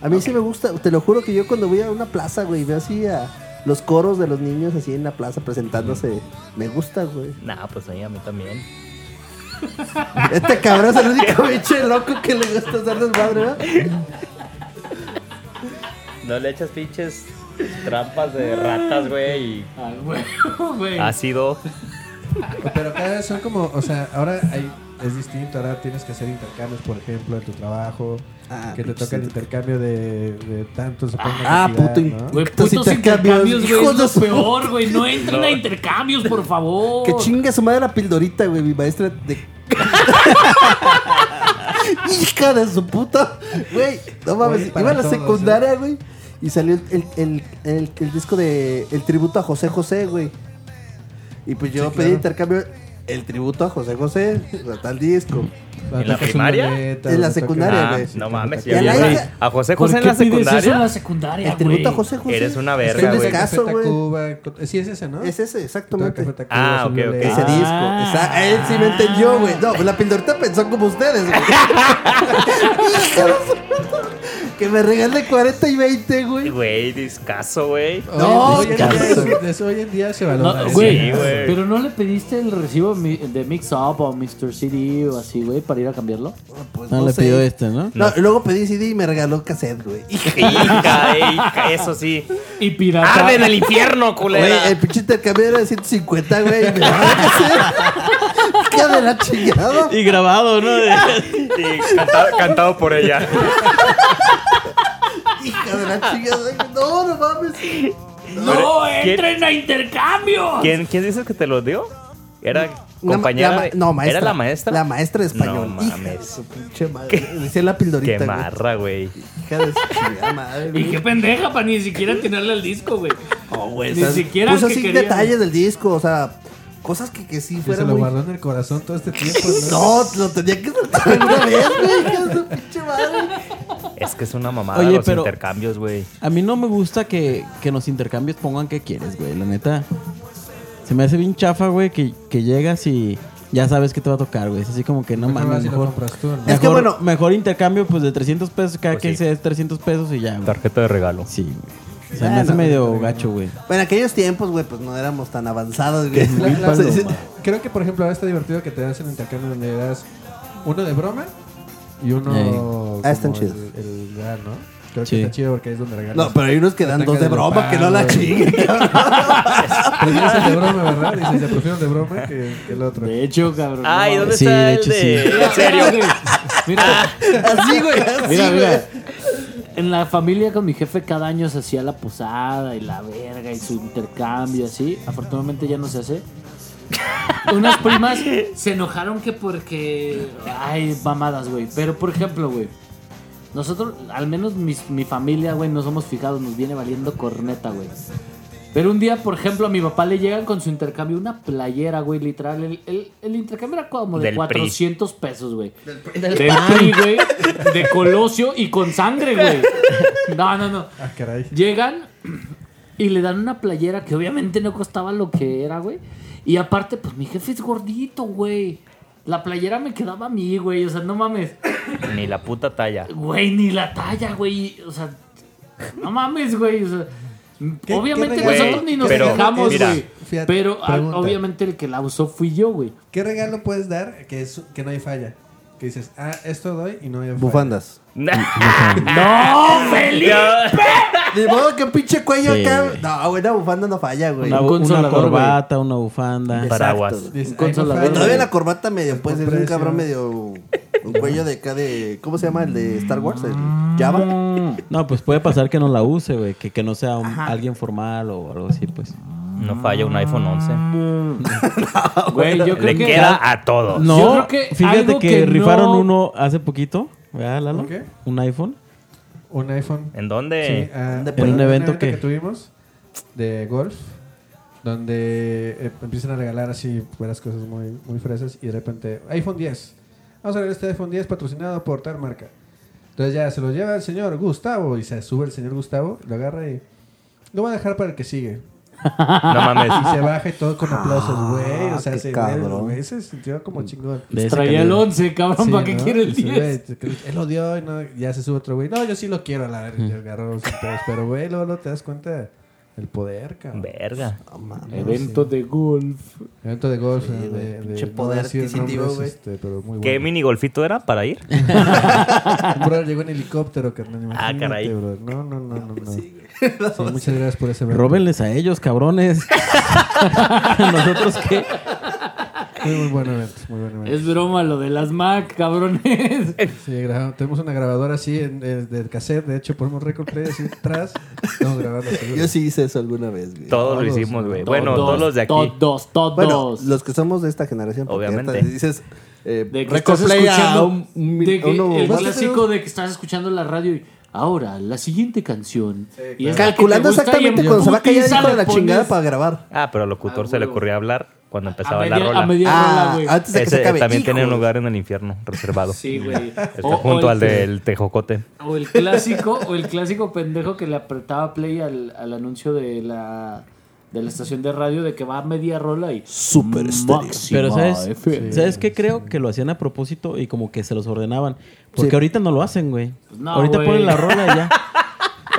Speaker 7: A mí sí me gusta, te lo juro que yo cuando voy a una plaza, güey, veo así a los coros de los niños así en la plaza presentándose. Me gusta, güey.
Speaker 2: Nah, pues ahí a mí también.
Speaker 7: Este cabrón es el único bicho loco que le gusta hacer desmadre, ¿verdad?
Speaker 2: No le echas pinches trampas de ratas, güey.
Speaker 6: Ah, güey, güey.
Speaker 2: y
Speaker 7: Ah,
Speaker 2: Ácido.
Speaker 5: Pero cada vez son como, o sea, ahora hay, es distinto, ahora tienes que hacer intercambios, por ejemplo, en tu trabajo,
Speaker 7: Ah,
Speaker 5: que te
Speaker 7: pinches
Speaker 5: toca el intercambio de, de tantos.
Speaker 7: Ah, puto
Speaker 6: Güey,
Speaker 7: Estos
Speaker 6: putos
Speaker 7: intercambios,
Speaker 6: intercambios, güey,
Speaker 7: hijos
Speaker 6: es
Speaker 7: de
Speaker 6: lo
Speaker 7: su-
Speaker 6: peor, güey. No entren a intercambios, por favor.
Speaker 7: Que chinga su madre la pildorita, güey, mi maestra de. Hija de su puta. Güey, no
Speaker 5: Güey,
Speaker 7: mames,
Speaker 5: para
Speaker 7: iba a la
Speaker 5: todos,
Speaker 7: secundaria, güey. Y salió el, el, el, el- el disco de El tributo a José José, güey. Y pues yo
Speaker 5: Sí,
Speaker 7: pedí
Speaker 5: claro.
Speaker 7: intercambio El tributo a José José, o sea, tal disco.
Speaker 2: ¿En la primaria?
Speaker 7: En la secundaria,
Speaker 2: Ah,
Speaker 7: güey.
Speaker 2: no mames.
Speaker 7: Y a
Speaker 2: Ya
Speaker 7: la
Speaker 2: llegas
Speaker 7: hija-
Speaker 2: a José
Speaker 6: ¿Por
Speaker 2: José en
Speaker 6: qué
Speaker 2: la
Speaker 6: pides eso en
Speaker 2: secundaria.
Speaker 6: la secundaria,
Speaker 7: El tributo a
Speaker 6: güey?
Speaker 7: José José.
Speaker 2: Eres una
Speaker 7: Es un
Speaker 2: verga, güey.
Speaker 7: descaso, güey.
Speaker 5: Sí, es ese, ¿no?
Speaker 7: Es ese, exactamente.
Speaker 5: Toca Café Tacuba,
Speaker 2: Ah,
Speaker 5: Azul
Speaker 2: ok, ok.
Speaker 5: Violeta.
Speaker 7: Ese
Speaker 6: Ah.
Speaker 7: disco. Esa- él sí me entendió, güey. No, pues la pindorita pensó como ustedes, güey. Hija de su puta. que me regale 40 y 20, güey.
Speaker 2: Güey, discaso, güey.
Speaker 5: Hoy-
Speaker 7: No,
Speaker 5: hoy en día
Speaker 7: cabrón.
Speaker 5: es- es- hoy en día se
Speaker 6: No,
Speaker 5: valora. eso.
Speaker 6: güey,
Speaker 2: Sí, Ah, güey.
Speaker 6: pero no le pediste el recibo mi- de Mix Up o Mr. CD o así, güey, para ir a cambiarlo.
Speaker 7: Pues
Speaker 4: Ah, le
Speaker 7: sé.
Speaker 4: pidió este, ¿no?
Speaker 7: No, y luego pedí CD y me regaló cassette, güey.
Speaker 2: Hija, hija, eso sí.
Speaker 6: Y pirata.
Speaker 2: Arde en el infierno,
Speaker 7: Güey, el
Speaker 2: culera.
Speaker 7: pinche intercambio era de 150, güey. y Me regaló cassette. Hija de la chingada.
Speaker 4: Y grabado, ¿no?
Speaker 2: Y cantado, cantado por ella.
Speaker 7: Hija de la chingada. güey. No, no mames.
Speaker 6: ¡No
Speaker 2: ¿Quién-
Speaker 6: entren a intercambio!
Speaker 2: ¿Quién, ¿Quién dices que te lo dio? Era
Speaker 7: Una ma-
Speaker 2: compañera.
Speaker 7: la ma-
Speaker 2: de-
Speaker 7: no, maestra.
Speaker 2: ¿Era la maestra?
Speaker 7: La maestra de español.
Speaker 2: No
Speaker 7: Hija de
Speaker 2: mames.
Speaker 7: su pinche madre. Decía la pildorita,
Speaker 2: Qué
Speaker 7: güey.
Speaker 2: marra, güey.
Speaker 7: Hija de su chingada madre,
Speaker 6: Y
Speaker 7: güey.
Speaker 6: qué pendeja para ni siquiera tirarle al disco, güey.
Speaker 2: Oh,
Speaker 7: güey,
Speaker 6: Ni
Speaker 7: o sea,
Speaker 6: siquiera
Speaker 7: puso
Speaker 6: que
Speaker 7: Pues así
Speaker 6: quería.
Speaker 7: detalles del disco, o sea, cosas que, que sí
Speaker 5: Que
Speaker 7: fueran
Speaker 5: se lo
Speaker 7: muy...
Speaker 5: guardó en el corazón todo este tiempo. ¿no?
Speaker 7: No, lo tenía que soltar alguna vez, güey, hija de su pinche madre.
Speaker 2: Es que es una mamada
Speaker 4: Oye,
Speaker 2: los
Speaker 4: pero-
Speaker 2: intercambios, güey.
Speaker 4: A mí no me gusta que, que en los intercambios pongan qué quieres, güey. La neta. Se me hace bien chafa, güey, que, que llegas y ya sabes que te va a tocar, güey. Es así como que no
Speaker 6: Pues
Speaker 5: Mejor vas
Speaker 4: mames,
Speaker 5: y lo
Speaker 4: mejor.
Speaker 5: compras tú, ¿no?
Speaker 7: Es que
Speaker 4: mejor-
Speaker 7: bueno-
Speaker 4: Mejor intercambio, pues de 300 pesos, cada
Speaker 2: Pues
Speaker 4: quien
Speaker 2: sí.
Speaker 4: se des 300 pesos y ya, güey.
Speaker 2: Tarjeta de regalo.
Speaker 4: Sí, güey. O
Speaker 6: Ah,
Speaker 4: sea, me hace medio gacho, güey.
Speaker 7: Bueno, en aquellos tiempos, güey, pues no éramos tan avanzados, güey.
Speaker 5: La- la-
Speaker 7: O sea, sí,
Speaker 5: creo que, por ejemplo, ahora está divertido que te das el intercambio donde das uno de broma y uno.
Speaker 4: Ey.
Speaker 5: como
Speaker 7: Ah, están
Speaker 5: el-
Speaker 7: chidos.
Speaker 5: El lugar, ¿no? Creo
Speaker 4: Sí.
Speaker 5: que está chido porque es donde regalas.
Speaker 7: No, pero hay unos que dan
Speaker 5: Ataque
Speaker 7: dos de
Speaker 5: de
Speaker 7: broma,
Speaker 5: Leopardo,
Speaker 7: que no la
Speaker 5: güey.
Speaker 7: chinguen.
Speaker 5: Prefieres el de broma, ¿verdad? Dices, te prefiero el de broma que, que el otro.
Speaker 6: De hecho, cabrón.
Speaker 2: Ay,
Speaker 6: no
Speaker 2: ¿dónde
Speaker 4: Sí,
Speaker 2: está
Speaker 4: de
Speaker 2: el
Speaker 4: hecho,
Speaker 2: de.?
Speaker 4: sí.
Speaker 2: Ah, En serio. Ah.
Speaker 6: mames. Mira,
Speaker 7: Así, güey, así,
Speaker 6: mira,
Speaker 7: güey.
Speaker 6: mira. En la familia con mi jefe cada año se hacía la posada y la verga y su intercambio así. Afortunadamente ya no se hace. Unas primas se enojaron que porque... Ay, mamadas, güey. Pero por ejemplo, güey. Nosotros, al menos mis- mi familia, güey, no somos fijados. Nos viene valiendo corneta, güey. Pero un día, por ejemplo, a mi papá le llegan con su intercambio una playera, güey, literal. El, el- el intercambio era como de
Speaker 2: Del PRI.
Speaker 6: 400 pesos, güey. Del PRI, güey. De Colosio y con sangre, güey. No, no, no.
Speaker 5: Ah, caray.
Speaker 6: Llegan y le dan una playera que obviamente no costaba lo que era, güey. Y aparte, pues mi jefe es gordito, güey. La playera me quedaba a mí, güey. O sea, no mames.
Speaker 2: Ni la puta talla.
Speaker 6: Güey, ni la talla, güey. O sea, no mames, güey. O sea,
Speaker 5: qué
Speaker 6: obviamente
Speaker 5: regalo?
Speaker 6: nosotros ni nos
Speaker 2: Güey, pero,
Speaker 6: fijamos,
Speaker 2: mira.
Speaker 6: güey.
Speaker 5: Fíjate,
Speaker 6: Pero ah,
Speaker 5: pregunta.
Speaker 6: obviamente el que la usó fui yo, güey.
Speaker 5: ¿Qué regalo puedes dar que, es, que no hay falla? Que dices, ah, esto doy y no hay falla.
Speaker 3: Bufandas.
Speaker 2: Ah.
Speaker 6: ¡No, Felipe!
Speaker 7: De modo que pinche cuello
Speaker 4: Sí,
Speaker 7: acá.
Speaker 4: güey.
Speaker 7: No, güey, una bufanda no falla, güey.
Speaker 4: Una,
Speaker 6: Un
Speaker 4: bu- una
Speaker 6: consolador, güey.
Speaker 4: corbata, una bufanda.
Speaker 7: Exacto,
Speaker 2: Paraguas.
Speaker 7: güey.
Speaker 5: Dices,
Speaker 6: Un consolador.
Speaker 5: "Ay, no falla".
Speaker 7: Todavía la corbata medio, pues, es un
Speaker 5: Precio.
Speaker 7: cabrón medio. Un cuello de acá de. ¿Cómo se llama? El de Star Wars, el Java.
Speaker 4: No, pues puede pasar que no la use, güey. Que, que no sea un- alguien formal o algo así, pues.
Speaker 2: No falla un iPhone 11.
Speaker 6: Güey, Eh, yo creo
Speaker 2: Le
Speaker 6: que.
Speaker 2: queda a todos.
Speaker 4: No,
Speaker 6: Yo creo que algo
Speaker 4: fíjate que,
Speaker 6: que no-
Speaker 4: rifaron uno hace poquito, ¿verdad, Lalo?
Speaker 5: ¿Un qué?
Speaker 4: Un iPhone.
Speaker 5: Un iPhone.
Speaker 2: ¿En
Speaker 5: Sí,
Speaker 2: dónde?
Speaker 5: ah,
Speaker 7: ¿Dónde
Speaker 4: puede?
Speaker 5: en un evento
Speaker 4: que-
Speaker 5: que tuvimos de golf, donde eh, empiezan a regalar así buenas cosas muy, muy fresas y de repente, iPhone 10. Vamos a ver este iPhone 10 patrocinado por tal marca. Entonces ya se lo lleva el señor Gustavo y se sube el señor Gustavo, lo agarra y lo va a dejar para el que sigue.
Speaker 2: No
Speaker 5: Y
Speaker 2: mames.
Speaker 5: se baja y todo con aplausos, güey. O sea,
Speaker 7: Ah, qué
Speaker 5: se,
Speaker 7: cabrón.
Speaker 5: güey, se sintió como chingón.
Speaker 4: De esa
Speaker 6: Traía
Speaker 4: calidad.
Speaker 6: el 11, cabrón.
Speaker 5: Sí,
Speaker 6: ¿Para qué
Speaker 5: ¿no?
Speaker 6: quiere el
Speaker 5: Sí,
Speaker 6: 10?
Speaker 5: güey, Él lo dio y no, ya se sube otro güey. No, yo sí lo quiero, la verga. y agarró sin pedos. Pero, güey, luego, luego te das cuenta el poder, cabrón.
Speaker 2: Verga.
Speaker 6: Evento de golf.
Speaker 5: Evento de golf. eh, de, de,
Speaker 7: pinche
Speaker 5: no
Speaker 7: poder
Speaker 5: decir
Speaker 7: adquisitivo,
Speaker 5: nombres,
Speaker 7: güey.
Speaker 5: este, pero muy
Speaker 2: ¿Qué
Speaker 5: bueno.
Speaker 2: mini golfito era para ir?
Speaker 5: Bro, llegó en helicóptero, carnal.
Speaker 2: Ah,
Speaker 5: Imagínate,
Speaker 2: caray.
Speaker 5: Bro. No, no, no, no. no. Sí, muchas gracias por ese evento.
Speaker 4: Róbenles a ellos, cabrones. Nosotros qué.
Speaker 5: Muy, muy buen evento. Muy buen evento.
Speaker 6: Es broma lo de las Mac, cabrones.
Speaker 5: Sí, grabamos- tenemos una grabadora así en, en- del cassette. De hecho, ponemos record play así atrás. Estamos grabando. seguro.
Speaker 7: Yo sí hice eso alguna vez, güey.
Speaker 2: Todos lo
Speaker 5: Todos,
Speaker 2: hicimos, güey. Bueno, todos los de aquí.
Speaker 6: Todos, todos.
Speaker 7: Bueno, los que somos de esta generación, porque
Speaker 2: Obviamente.
Speaker 7: ahorita dices. Eh,
Speaker 6: De que
Speaker 7: record
Speaker 6: estás
Speaker 7: play a
Speaker 6: escuchando.
Speaker 7: un- un mil-
Speaker 6: de que
Speaker 7: uno-
Speaker 6: el
Speaker 7: más que
Speaker 6: clásico de que estás escuchando la radio y. Ahora, la siguiente canción. y es la que
Speaker 7: Calculando
Speaker 6: te gusta y en
Speaker 7: exactamente cuando se va a caer el
Speaker 6: putiza
Speaker 7: hijo de la
Speaker 6: pones
Speaker 7: chingada para grabar.
Speaker 2: Ah, pero al locutor
Speaker 6: Ah,
Speaker 2: se le
Speaker 6: huevo.
Speaker 2: ocurrió hablar cuando
Speaker 6: A
Speaker 2: empezaba la
Speaker 6: media, a
Speaker 2: rola.
Speaker 6: media rola,
Speaker 7: Ah,
Speaker 6: güey.
Speaker 7: antes de que
Speaker 2: Ese
Speaker 7: se acabe.
Speaker 2: también tiene un
Speaker 7: Híjole.
Speaker 2: lugar en el infierno reservado.
Speaker 6: Sí, güey.
Speaker 2: Está
Speaker 6: O- o
Speaker 2: junto
Speaker 6: el
Speaker 2: al
Speaker 6: que-
Speaker 2: del Tejocote.
Speaker 6: O el clásico, o el clásico pendejo que le apretaba play al, al anuncio de la de la estación de radio de que va a media rola y
Speaker 7: Super estéreo.
Speaker 6: máxima
Speaker 4: Pero ¿sabes,
Speaker 6: FM.
Speaker 4: ¿sabes qué? Creo que lo hacían a propósito y como que se los ordenaban. Porque ahorita no lo hacen, güey.
Speaker 6: Pues No,
Speaker 4: ahorita
Speaker 6: güey.
Speaker 4: ponen la rola y ya.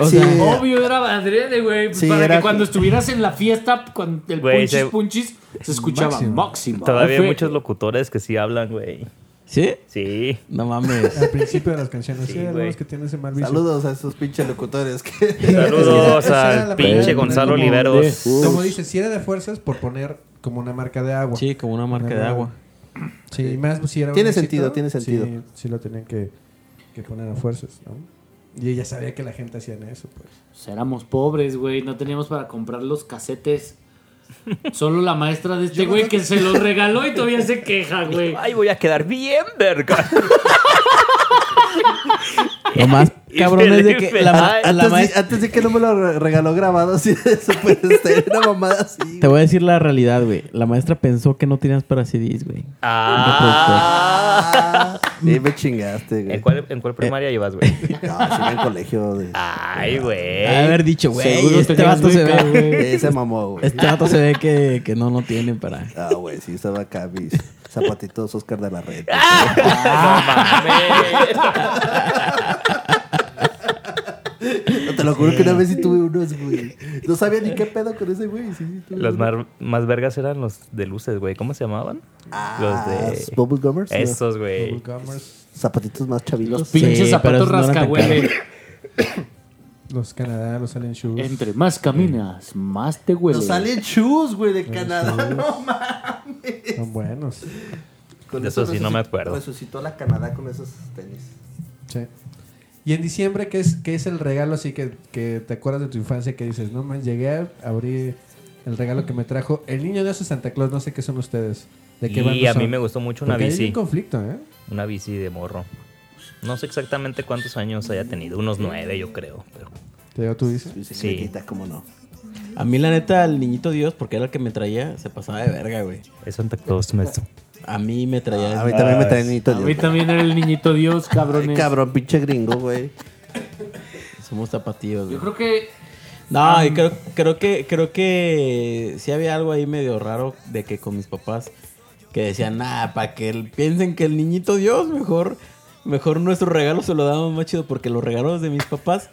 Speaker 4: O
Speaker 7: Sí.
Speaker 4: sea,
Speaker 6: Obvio era adrede, güey. pues
Speaker 7: Sí,
Speaker 6: para
Speaker 7: era-
Speaker 6: que cuando estuvieras en la fiesta con el
Speaker 2: Güey,
Speaker 6: punchis
Speaker 2: se-
Speaker 6: punchis se escuchaba
Speaker 5: Máximo.
Speaker 6: máxima.
Speaker 2: Todavía hay
Speaker 6: FM".
Speaker 2: muchos locutores que sí hablan, güey.
Speaker 4: ¿sí?
Speaker 2: Sí.
Speaker 4: No mames.
Speaker 5: Al principio de las canciones.
Speaker 2: Sí,
Speaker 5: Sí,
Speaker 2: güey.
Speaker 5: algunos que tienen ese mal vicio.
Speaker 7: Saludos a esos pinches locutores que.
Speaker 2: Saludos
Speaker 5: Esa era
Speaker 2: al
Speaker 5: la
Speaker 2: pinche
Speaker 5: primera
Speaker 2: Gonzalo
Speaker 5: como
Speaker 2: Oliveros.
Speaker 5: Como dices, si era de fuerzas por poner como una marca de agua.
Speaker 4: Sí, como una marca de agua.
Speaker 5: Sí, y más si era un
Speaker 7: Tiene
Speaker 5: éxito,
Speaker 7: sentido, tiene
Speaker 5: sí-
Speaker 7: sentido.
Speaker 5: Sí, lo tenían que, que poner a fuerzas, ¿no? Y ella sabía que la gente hacía eso, pues.
Speaker 6: Pues éramos pobres, güey. No teníamos para comprar los casetes. Solo la maestra de este güey que se los regaló y todavía se queja, güey.
Speaker 2: Ay, voy a quedar bien verga.
Speaker 4: Lo más
Speaker 2: Y
Speaker 4: cabrón es de
Speaker 2: Felipe,
Speaker 4: que la, ma-
Speaker 2: ay,
Speaker 4: la
Speaker 7: Antes,
Speaker 4: maestra-
Speaker 7: sí- antes sí que no me lo re- regaló grabado así de super estéreo, una mamada así.
Speaker 4: Te voy a decir la realidad, güey. La maestra pensó que no tenías para CDs, güey.
Speaker 2: Ah.
Speaker 7: Ah, sí, me chingaste, güey.
Speaker 2: ¿En cuál, en cuál primaria llevas, güey?
Speaker 7: No, sí, en colegio. De...
Speaker 2: Ay, güey.
Speaker 4: Haber dicho, güey,
Speaker 6: Seguro
Speaker 4: Ah, este
Speaker 6: tenías
Speaker 4: vato se
Speaker 6: beca,
Speaker 4: ve.
Speaker 6: güey.
Speaker 7: Ese mamó, güey.
Speaker 4: Este vato se ve que, que no, no tiene para.
Speaker 7: Ah, güey, sí, estaba acá mis zapatitos Oscar de la Red. No, te lo juro que una vez sí tuve unos, güey. No sabía ni qué pedo con ese güey. Sí, sí, tuve
Speaker 2: Los
Speaker 7: unos.
Speaker 2: mar- más vergas eran los de luces, güey. ¿Cómo se llamaban?
Speaker 7: Ah,
Speaker 2: los de.
Speaker 7: Bubble Gummers. ¿no?
Speaker 2: Esos, güey.
Speaker 5: Woolcomers,
Speaker 7: Zapatitos más
Speaker 6: Los
Speaker 7: chavitos.
Speaker 6: pinches
Speaker 4: Sí,
Speaker 6: zapatos
Speaker 4: pero no eran tan
Speaker 6: rascahuele.
Speaker 5: los Canadá, los Alien Shoes.
Speaker 6: Entre más caminas, más te huele.
Speaker 7: Los Alien Shoes, güey, de Canadá. No mames.
Speaker 5: Son buenos.
Speaker 7: Con
Speaker 2: De eso sí no me acuerdo.
Speaker 7: Resucitó la Canadá con esos tenis.
Speaker 5: Sí. Y en diciembre, ¿qué es, qué es el regalo así que, que te acuerdas de tu infancia que dices, no man, llegué a abrir el regalo que me trajo el niño de esos Santa Claus, no sé qué son ustedes. ¿De qué
Speaker 2: Y
Speaker 5: bando
Speaker 2: a mí
Speaker 5: son?
Speaker 2: me gustó mucho una
Speaker 5: Porque ahí hay
Speaker 2: bici.
Speaker 5: un conflicto, ¿eh?
Speaker 2: Una bici de morro. No sé exactamente cuántos años haya tenido. Unos nueve, yo creo. Pero
Speaker 5: Te digo, tú dices.
Speaker 7: Sí,
Speaker 2: Sí.
Speaker 7: sí. como no.
Speaker 4: A mí, la neta, el niñito Dios, porque era el que me traía, se pasaba de verga, güey.
Speaker 2: Es Santa Claus, maestro.
Speaker 4: A mí me traía.
Speaker 6: Ah,
Speaker 7: A mí también me traen
Speaker 6: A mí también era el niñito Dios, cabrones.
Speaker 7: Cabrón, pinche gringo, güey.
Speaker 4: Somos tapatíos, güey.
Speaker 6: Yo creo que
Speaker 4: No, y creo, creo que creo que sí había algo ahí medio raro de que con mis papás que decían, nada, para que el- piensen que el niñito Dios, mejor, mejor nuestro regalo se lo damos más chido, porque los regalos de mis papás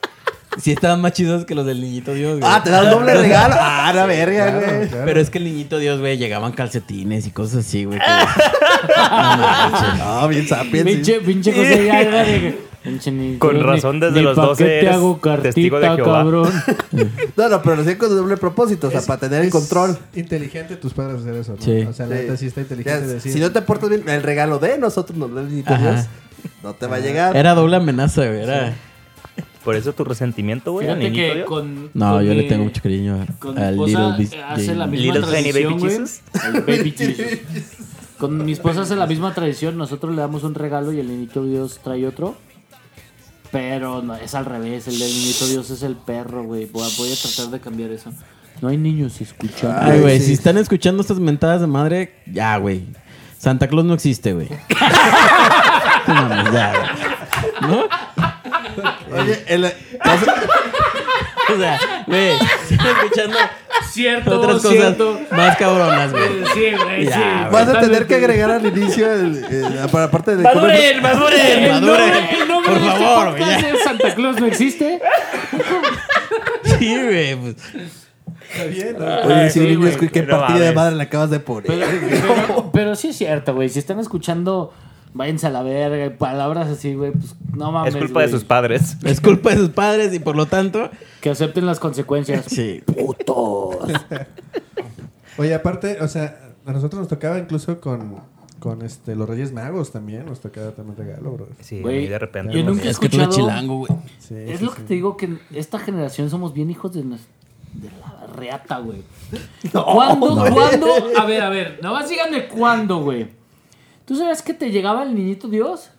Speaker 4: sí estaban más chidos que los del niñito Dios, güey.
Speaker 7: Ah, te dan doble regalo. Ah, la verga, güey.
Speaker 4: Pero es que el niñito Dios, güey, llegaban calcetines y cosas así, güey. que-
Speaker 7: Ah, bien sapiens. sí.
Speaker 6: pinche, pinche cosa de gaga de- pinche ni-
Speaker 2: Con
Speaker 6: ni-
Speaker 2: razón, desde
Speaker 6: ni
Speaker 2: los
Speaker 6: pa'
Speaker 2: 12
Speaker 6: qué te
Speaker 2: eres
Speaker 6: hago
Speaker 2: testigo de
Speaker 6: cartita,
Speaker 2: Jehová.
Speaker 6: cabrón.
Speaker 7: No, no, pero lo hacían con doble propósito, o sea, para tener el
Speaker 5: Es
Speaker 7: control.
Speaker 5: Inteligente tus padres hacer eso, ¿no?
Speaker 4: Sí.
Speaker 5: O sea, la neta sí está inteligente
Speaker 7: O sea,
Speaker 5: decir.
Speaker 7: Si no te portas bien, el regalo de nosotros nos lo necesitamos,
Speaker 4: Ajá.
Speaker 7: No te va a llegar.
Speaker 4: Era doble amenaza, güey. Era...
Speaker 2: Por eso tu resentimiento, güey, al
Speaker 6: Fíjate
Speaker 2: niñito
Speaker 6: que
Speaker 2: Dios.
Speaker 6: con.
Speaker 4: No,
Speaker 6: con
Speaker 4: yo le
Speaker 6: mi-
Speaker 4: tengo mucho cariño
Speaker 6: Con mi
Speaker 4: al Little
Speaker 6: esposa
Speaker 4: Beast
Speaker 6: eh, hace la misma
Speaker 2: Little Tiny
Speaker 6: tradición,
Speaker 2: Baby
Speaker 6: güey.
Speaker 2: Jesus.
Speaker 6: El Baby Jesus. Con mi esposa hace la misma tradición. Nosotros le damos un regalo y el niñito Dios trae otro. Pero no, es al revés. El del niñito Dios es el perro, güey. Voy a, voy a tratar de cambiar eso. No hay niños escuchando.
Speaker 4: Ay, güey, si están escuchando estas mentadas de madre, ya, güey. Santa Claus no existe, güey. No mames, ya, güey. ¿No?
Speaker 7: Oye, el-
Speaker 4: O sea, güey, si están escuchando
Speaker 6: Cierto,
Speaker 4: otras cosas
Speaker 6: cierto.
Speaker 4: más cabronas, güey.
Speaker 6: Sí, güey,
Speaker 4: Ya,
Speaker 6: sí.
Speaker 4: güey.
Speaker 7: vas a tener que agregar al inicio, el, el- para- aparte de.
Speaker 2: ¡Maduren,
Speaker 6: El
Speaker 2: maduren!
Speaker 6: nombre, el nombre
Speaker 4: Por
Speaker 6: de este
Speaker 4: favor,
Speaker 6: podcast
Speaker 4: ya.
Speaker 6: es Santa Claus no existe.
Speaker 4: Sí, güey. pues,
Speaker 7: Oye, si
Speaker 6: Sí,
Speaker 7: niño,
Speaker 6: güey,
Speaker 7: es que- qué
Speaker 2: pero
Speaker 7: partida de
Speaker 2: mames.
Speaker 7: madre le acabas de poner.
Speaker 6: Pero, pero- pero sí es cierto, güey. Si están escuchando, váyanse a la verga. Palabras así, güey. Pues no mames.
Speaker 2: Es culpa de
Speaker 6: güey.
Speaker 2: sus padres.
Speaker 4: Es culpa de sus padres y por lo tanto.
Speaker 6: Que acepten las consecuencias.
Speaker 4: Sí.
Speaker 5: Oye, aparte, o sea, a nosotros nos tocaba incluso con, con este, los Reyes Magos también, nos tocaba también regalo, bro.
Speaker 2: Sí,
Speaker 6: Güey,
Speaker 2: y de repente.
Speaker 6: yo
Speaker 2: pues,
Speaker 6: nunca-
Speaker 4: Es que tú eres
Speaker 6: escuchado-
Speaker 4: chilango, güey.
Speaker 5: Sí,
Speaker 6: Es
Speaker 5: sí,
Speaker 6: lo que
Speaker 5: sí.
Speaker 6: te digo que esta generación somos bien hijos de, nos- de la reata, güey. ¿Cuándo? ¿Cuándo? A ver, a ver. Nada más díganme cuándo, güey. ¿Tú sabías que te llegaba el niñito Dios?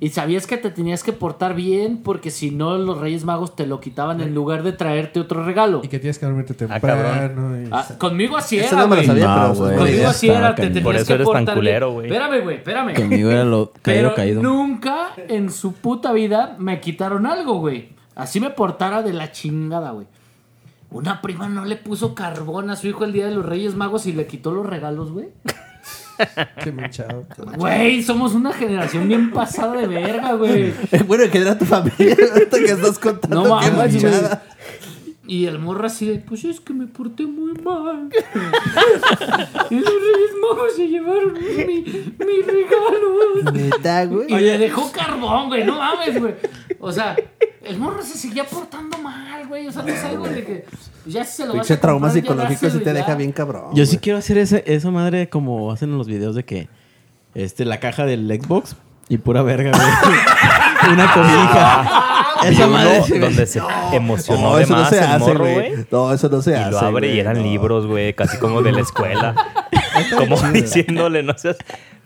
Speaker 6: Y sabías que te tenías que portar bien porque si no los Reyes Magos te lo quitaban en lugar de traerte otro regalo.
Speaker 5: Y que tienes que dormirte
Speaker 2: Ah,
Speaker 5: temprano. y-
Speaker 6: Ah, conmigo así
Speaker 7: Eso
Speaker 6: era,
Speaker 7: no me lo
Speaker 6: güey.
Speaker 7: sabía,
Speaker 4: No,
Speaker 7: pero.
Speaker 4: güey.
Speaker 7: buena
Speaker 6: Conmigo
Speaker 7: idea.
Speaker 4: Ideas
Speaker 6: así era,
Speaker 4: estaba
Speaker 6: te
Speaker 4: cañón.
Speaker 6: tenías
Speaker 2: Por eso
Speaker 6: que
Speaker 2: eres tan
Speaker 6: portar bien.
Speaker 2: culero, güey.
Speaker 6: Espérame, güey, espérame.
Speaker 4: Conmigo era lo caído,
Speaker 6: Pero
Speaker 4: caído.
Speaker 6: nunca en su puta vida me quitaron algo, güey. Así me portara de la chingada, güey. Una prima no le puso carbón a su hijo el día de los Reyes Magos y le quitó los regalos, güey.
Speaker 5: Qué manchado.
Speaker 6: Güey, somos una generación bien pasada de verga, güey.
Speaker 7: Bueno, en general tu familia, ahorita que estás contando.
Speaker 6: No
Speaker 7: qué
Speaker 6: mames, güey.
Speaker 7: manchada.
Speaker 6: Y el morro así de, pues es que me porté muy mal. y los Reyes Magos se llevaron mi, mi regalo.
Speaker 7: Neta, güey.
Speaker 6: Y le dejó carbón, güey, no mames, güey. O sea, el morro se seguía portando mal, güey. O sea, no es algo de que pues, ya si se lo vas
Speaker 7: Pinche
Speaker 6: a
Speaker 7: trauma
Speaker 6: comprar, ya
Speaker 7: psicológico si
Speaker 6: dáselo
Speaker 7: te
Speaker 6: ya.
Speaker 7: deja bien cabrón.
Speaker 4: Yo sí
Speaker 7: güey.
Speaker 4: quiero hacer ese, esa madre como hacen en los videos de que este la caja del Xbox y pura verga, güey. Una cobija.
Speaker 2: Ah, Vi
Speaker 4: esa
Speaker 2: uno
Speaker 4: madre se ve-
Speaker 2: donde se emocionó
Speaker 7: No,
Speaker 2: de
Speaker 7: eso no
Speaker 2: más
Speaker 7: se
Speaker 2: el
Speaker 7: hace,
Speaker 2: morro,
Speaker 7: güey.
Speaker 2: güey.
Speaker 7: No, eso no se hace.
Speaker 5: Ah,
Speaker 2: Y lo abre
Speaker 7: güey,
Speaker 2: y eran
Speaker 7: no.
Speaker 2: libros, güey, casi como de la escuela. como diciéndole, no seas